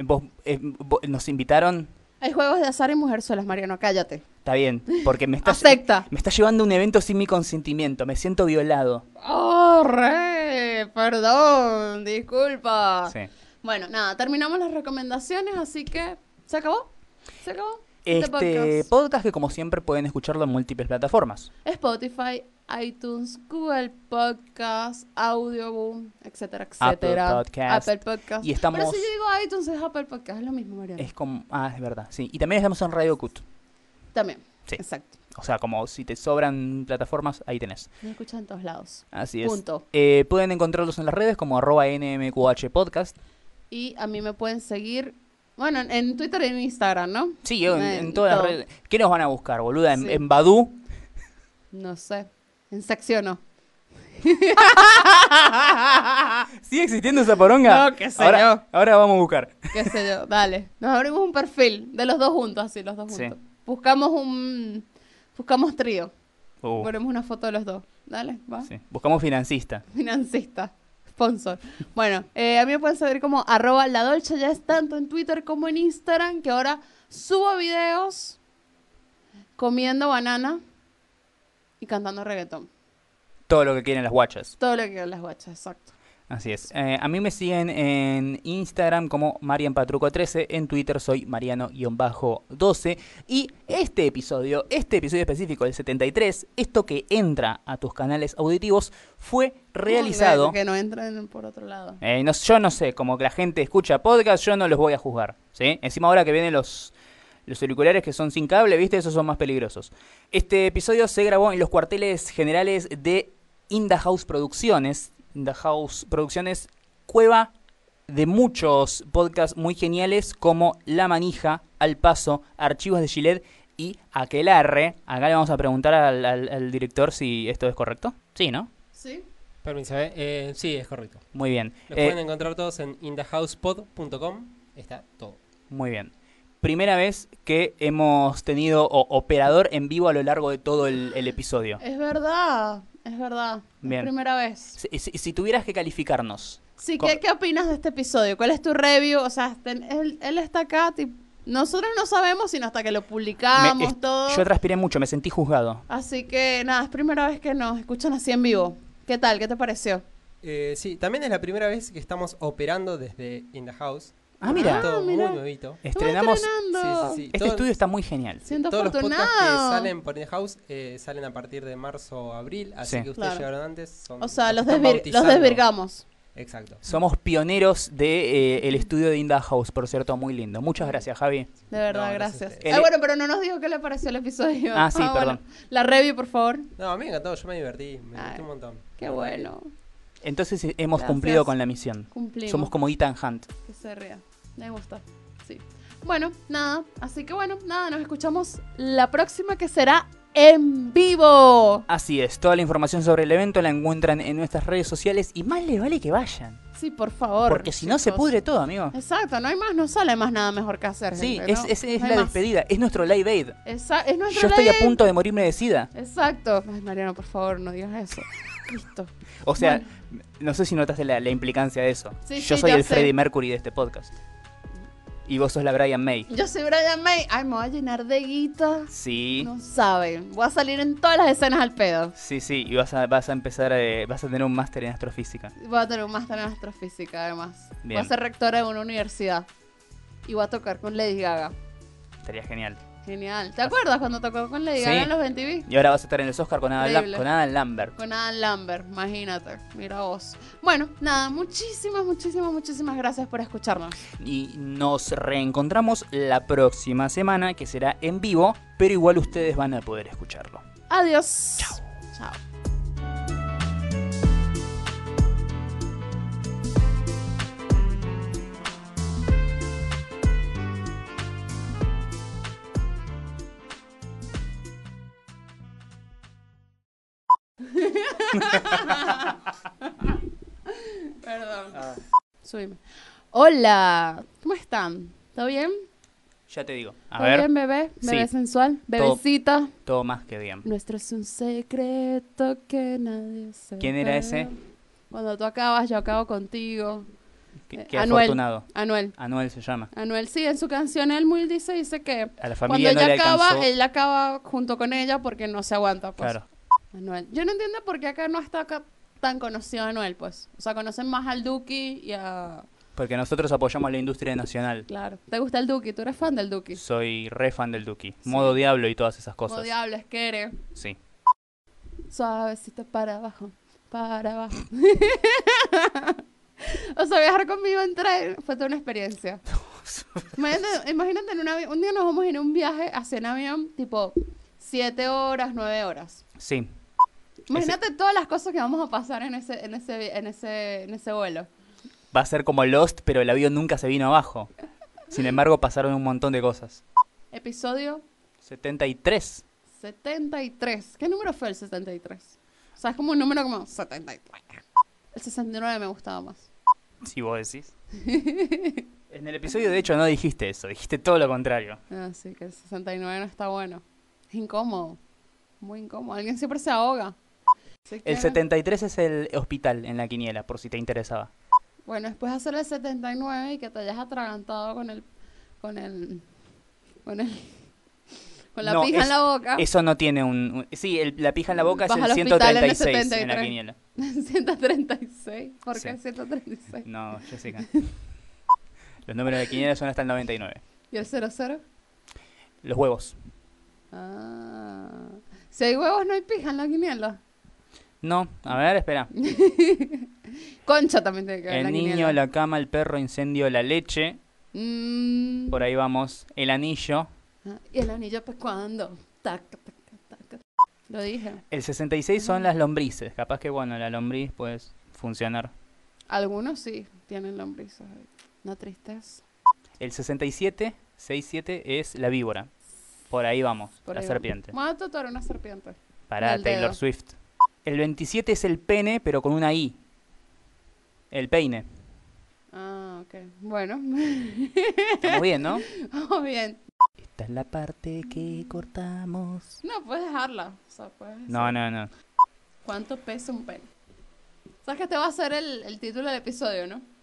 S2: Vos, eh, vos- nos invitaron,
S1: Hay juegos de azar y mujer solas, Mariano, cállate.
S2: está bien, porque me está,
S1: Acepta.
S2: me está llevando a un evento sin mi consentimiento, me siento violado.
S1: ¡Oh, re! Perdón, disculpa.
S2: Sí.
S1: Bueno, nada, terminamos las recomendaciones, así que se acabó. Se acabó.
S2: Este podcast que como siempre pueden escucharlo en múltiples plataformas.
S1: Spotify, iTunes, Google Podcast, Audioboom, etcétera,
S2: Apple
S1: etcétera.
S2: Podcast.
S1: Apple Podcast.
S2: Y estamos-
S1: Pero si yo digo iTunes es Apple Podcast, es lo mismo, Mariano.
S2: Es como, ah, es verdad, sí. Y también estamos en Radio Cut.
S1: También.
S2: Sí.
S1: Exacto.
S2: O sea, como si te sobran plataformas, ahí tenés.
S1: Me escuchan en todos lados.
S2: Así es.
S1: Punto.
S2: Eh, pueden encontrarlos en las redes como arroba nmqh podcast.
S1: Y a mí me pueden seguir, bueno, en- en Twitter y en Instagram, ¿no?
S2: Sí, en,
S1: En
S2: en todas las
S1: todo.
S2: redes. ¿Qué nos van a buscar, boluda? En,
S1: Sí.
S2: en Badoo.
S1: No sé. En secciono.
S2: ¿Sigue existiendo esa poronga?
S1: No, qué sé
S2: ahora, ahora vamos a buscar.
S1: qué sé yo, dale. Nos abrimos un perfil de los dos juntos, así, los dos
S2: Sí.
S1: juntos. Buscamos un. Buscamos trío.
S2: Uh,
S1: Ponemos una foto de los dos. Dale, va.
S2: sí. Buscamos financista.
S1: Financista. Sponsor. Bueno, eh, a mí me pueden saber como arroba la dolce ya es tanto en Twitter como en Instagram, que ahora subo videos comiendo banana y cantando reggaetón.
S2: Todo lo que quieren las guachas.
S1: Todo lo que las guachas, exacto.
S2: Así es. Eh, a mí me siguen en Instagram como marianpatruco13. En Twitter soy mariano-12. Y este episodio, este episodio específico, el 73, esto que entra a tus canales auditivos, fue realizado...
S1: Que no entren por otro lado.
S2: Eh, no- yo no sé, como que la gente escucha podcast, yo no los voy a juzgar. ¿sí? Encima ahora que vienen los, los auriculares que son sin cable, ¿viste? Esos son más peligrosos. Este episodio se grabó en los cuarteles generales de Inda House Producciones. Inda House Producciones cueva de muchos podcasts muy geniales como La Manija, Al Paso, Archivos de Gillette y Aquelarre. Acá le vamos a preguntar al, al- al director si esto es correcto. Sí, ¿no?
S1: ¿Sí?
S3: Permiso, ¿eh? Eh, sí, es correcto.
S2: Muy bien.
S3: Los
S2: Eh,
S3: pueden encontrar todos en indahousepod.com. Está todo.
S2: Muy bien. Primera vez que hemos tenido o- operador en vivo a lo largo de todo el, el episodio.
S1: Es verdad, es verdad. Es
S2: Bien.
S1: Primera vez.
S2: Si, si- si tuvieras que calificarnos,
S1: Sí,
S2: Co-
S1: ¿qué, ¿qué opinas de este episodio? ¿Cuál es tu review? O sea, ten- él, él está acá, tip- nosotros no sabemos sino hasta que lo
S2: me-
S1: publicamos
S2: es-
S1: todo.
S2: yo transpiré mucho, me sentí juzgado.
S1: Así que nada, es primera vez que nos escuchan así en vivo. ¿Qué tal? ¿Qué te pareció?
S3: Eh, sí, también es la primera vez que estamos operando desde In the House.
S2: Ah, mira.
S3: Todo
S1: Ah, mira.
S3: muy nuevito.
S2: Estrenamos...
S1: Estamos
S3: Sí, sí, sí.
S2: Este
S3: Todo-
S2: estudio está muy genial.
S1: Siento
S3: Todos los
S1: afortunado.
S3: podcasts que salen por In the House eh, salen a partir de marzo o abril, así
S2: Sí.
S3: que ustedes
S1: Claro.
S3: llegaron antes. son-
S1: O sea, los,
S3: están
S1: desvir- los
S3: bautizando.
S1: desvirgamos.
S3: Exacto.
S2: Somos pioneros de eh, el estudio de Inda House, por cierto, muy lindo. Muchas gracias, Javi.
S1: De verdad,
S3: No, gracias a
S1: gracias.
S3: ustedes.
S1: Ah,
S2: El-
S1: bueno, pero no nos dijo qué le pareció el episodio.
S2: Ah, sí,
S1: bueno.
S2: perdón.
S1: La review, por favor.
S3: No, a mí me encantó, yo me divertí, me
S1: Ay,
S3: divertí un montón.
S1: Qué bueno.
S2: Entonces eh, hemos
S1: Gracias.
S2: cumplido con la misión.
S1: Cumplimos.
S2: Somos como Ethan Hunt.
S1: Que se ría. Me gusta. Sí. Bueno, nada. Así que bueno, nada. Nos escuchamos la próxima que será en vivo.
S2: Así es, toda la información sobre el evento la encuentran en nuestras redes sociales y más les vale que vayan.
S1: Sí, por favor.
S2: Porque si no se
S1: chicos.
S2: pudre todo, amigo.
S1: Exacto, no hay más, no sale más nada mejor que hacer.
S2: Sí,
S1: gente,
S2: es,
S1: ¿no?
S2: es- es
S1: No hay
S2: la
S1: más.
S2: despedida, es nuestro live aid.
S1: Esa- es nuestra
S2: Yo estoy a
S1: ley.
S2: punto de morirme de sida.
S1: Exacto. Ay, Mariano, por favor, no digas eso. Listo.
S2: O sea, no sé si notaste la, la implicancia de eso.
S1: Sí,
S2: Yo
S1: sí,
S2: soy
S1: ya
S2: el
S1: sé.
S2: Freddie Mercury de este podcast. Y vos sos la Brian May.
S1: Yo soy Brian May. Ay, me voy a llenar de guita.
S2: Sí.
S1: No saben. Voy a salir en todas las escenas al pedo.
S2: Sí, sí, y vas a, vas a empezar, eh, vas a tener un máster en astrofísica.
S1: Voy a tener un máster en astrofísica, además.
S2: Bien.
S1: Voy a ser rectora de una universidad. Y voy a tocar con Lady Gaga.
S2: Estaría genial.
S1: Genial. ¿Te acuerdas cuando tocó con Lady
S2: Sí.
S1: Gaga en los 20
S2: Y ahora vas a estar en los Oscar con Adam,
S1: Increíble.
S2: Lam- con Adam Lambert.
S1: Con Adam Lambert, imagínate. Mira vos. Bueno, nada, muchísimas, muchísimas, muchísimas gracias por escucharnos.
S2: Y nos reencontramos la próxima semana, que será en vivo, pero igual ustedes van a poder escucharlo.
S1: Adiós. Chao. Chao. Perdón. Subime. Hola, ¿cómo están? ¿Todo bien?
S2: Ya te digo. A
S1: ¿Todo
S2: ver,
S1: bien, bebé? ¿Bebé
S2: Sí.
S1: sensual? ¿Bebecita?
S2: todo más que bien.
S1: Nuestro es un secreto que nadie sabe.
S2: ¿Quién era ese?
S1: Cuando tú acabas, yo acabo contigo.
S2: Qué,
S1: Eh,
S2: qué
S1: Anuel.
S2: afortunado.
S1: Anuel.
S2: Anuel se llama.
S1: Anuel, sí, en su canción él muy dice, dice que
S2: A
S1: cuando
S2: la familia
S1: ella
S2: no le
S1: acaba,
S2: alcanzó.
S1: él acaba junto con ella porque no se aguanta. Pues.
S2: Claro.
S1: Anuel. Yo no entiendo por qué acá no está acá tan conocido Anuel, pues. O sea, conocen más al Duki y a...
S2: Porque nosotros apoyamos la industria nacional.
S1: Claro. ¿Te gusta el Duki? ¿Tú eres fan del Duki?
S2: Soy re fan del Duki.
S1: Sí.
S2: Modo diablo y todas esas
S1: Como
S2: cosas.
S1: diablo, es que eres.
S2: Sí.
S1: Suavecito para abajo, para abajo. o sea, viajar conmigo en tren fue toda una experiencia. imagínate, imagínate en un avión, un día nos vamos en un viaje hacia un avión tipo 7 horas, 9 horas.
S2: Sí.
S1: Imagínate todas las cosas que vamos a pasar en ese, en ese, vi- en ese, en ese vuelo.
S2: Va a ser como Lost, pero el avión nunca se vino abajo. Sin embargo, pasaron un montón de cosas.
S1: Episodio
S2: 73.
S1: 73. ¿Qué número fue el 73? O sea, es como un número como 73. El 69 me gustaba más.
S2: Si vos decís. En el episodio, de hecho, no dijiste eso. Dijiste todo lo contrario.
S1: Ah, sí, que el 69 no está bueno. Es incómodo. Muy incómodo. Alguien siempre se ahoga. Así que-
S2: El 73 es el hospital en la quiniela, por si te interesaba.
S1: Bueno, después de hacer el 79 y que te hayas atragantado con el. con el. con el. con la
S2: No,
S1: pija
S2: es-
S1: en la boca.
S2: Eso no tiene un... un- sí, el- la pija en la boca
S1: Ah. Mm, Vas
S2: es
S1: al
S2: el
S1: hospital en el
S2: 136 en, la
S1: 73.
S2: quiniela.
S1: 136. ¿Por
S2: Sí.
S1: qué 136?
S2: No, Jessica. Los números de quiniela son hasta el 99.
S1: ¿Y el 00?
S2: Los huevos.
S1: Ah. Si hay huevos, no hay pija en la quiniela.
S2: No, a ver, espera.
S1: Concha también tiene que ver la
S2: El niño,
S1: quiniela.
S2: la cama, el perro, incendio, la leche.
S1: Mm.
S2: Por ahí vamos. El anillo.
S1: Ah, Y el anillo, pues, cuando. Tac, tac, tac, tac. Lo dije.
S2: El 66 son las lombrices. Capaz que, bueno, la lombriz puede funcionar.
S1: Algunos sí tienen lombrices. No tristeza.
S2: El 67, 67 es la víbora. Por ahí vamos,
S1: Por
S2: la
S1: ahí va.
S2: serpiente.
S1: Me voy a tatuar una serpiente.
S2: Para
S1: el
S2: Taylor
S1: dedo.
S2: Swift. El 27 es el pene, pero con una I. El peine.
S1: Ah, ok. Bueno.
S2: Estamos bien, ¿no?
S1: Vamos bien.
S2: Esta es la parte que cortamos.
S1: No, puedes dejarla. O sea, puedes
S2: No, no, no.
S1: ¿Cuánto pesa un pene? ¿Sabes que te va a ser el, el título del episodio, no?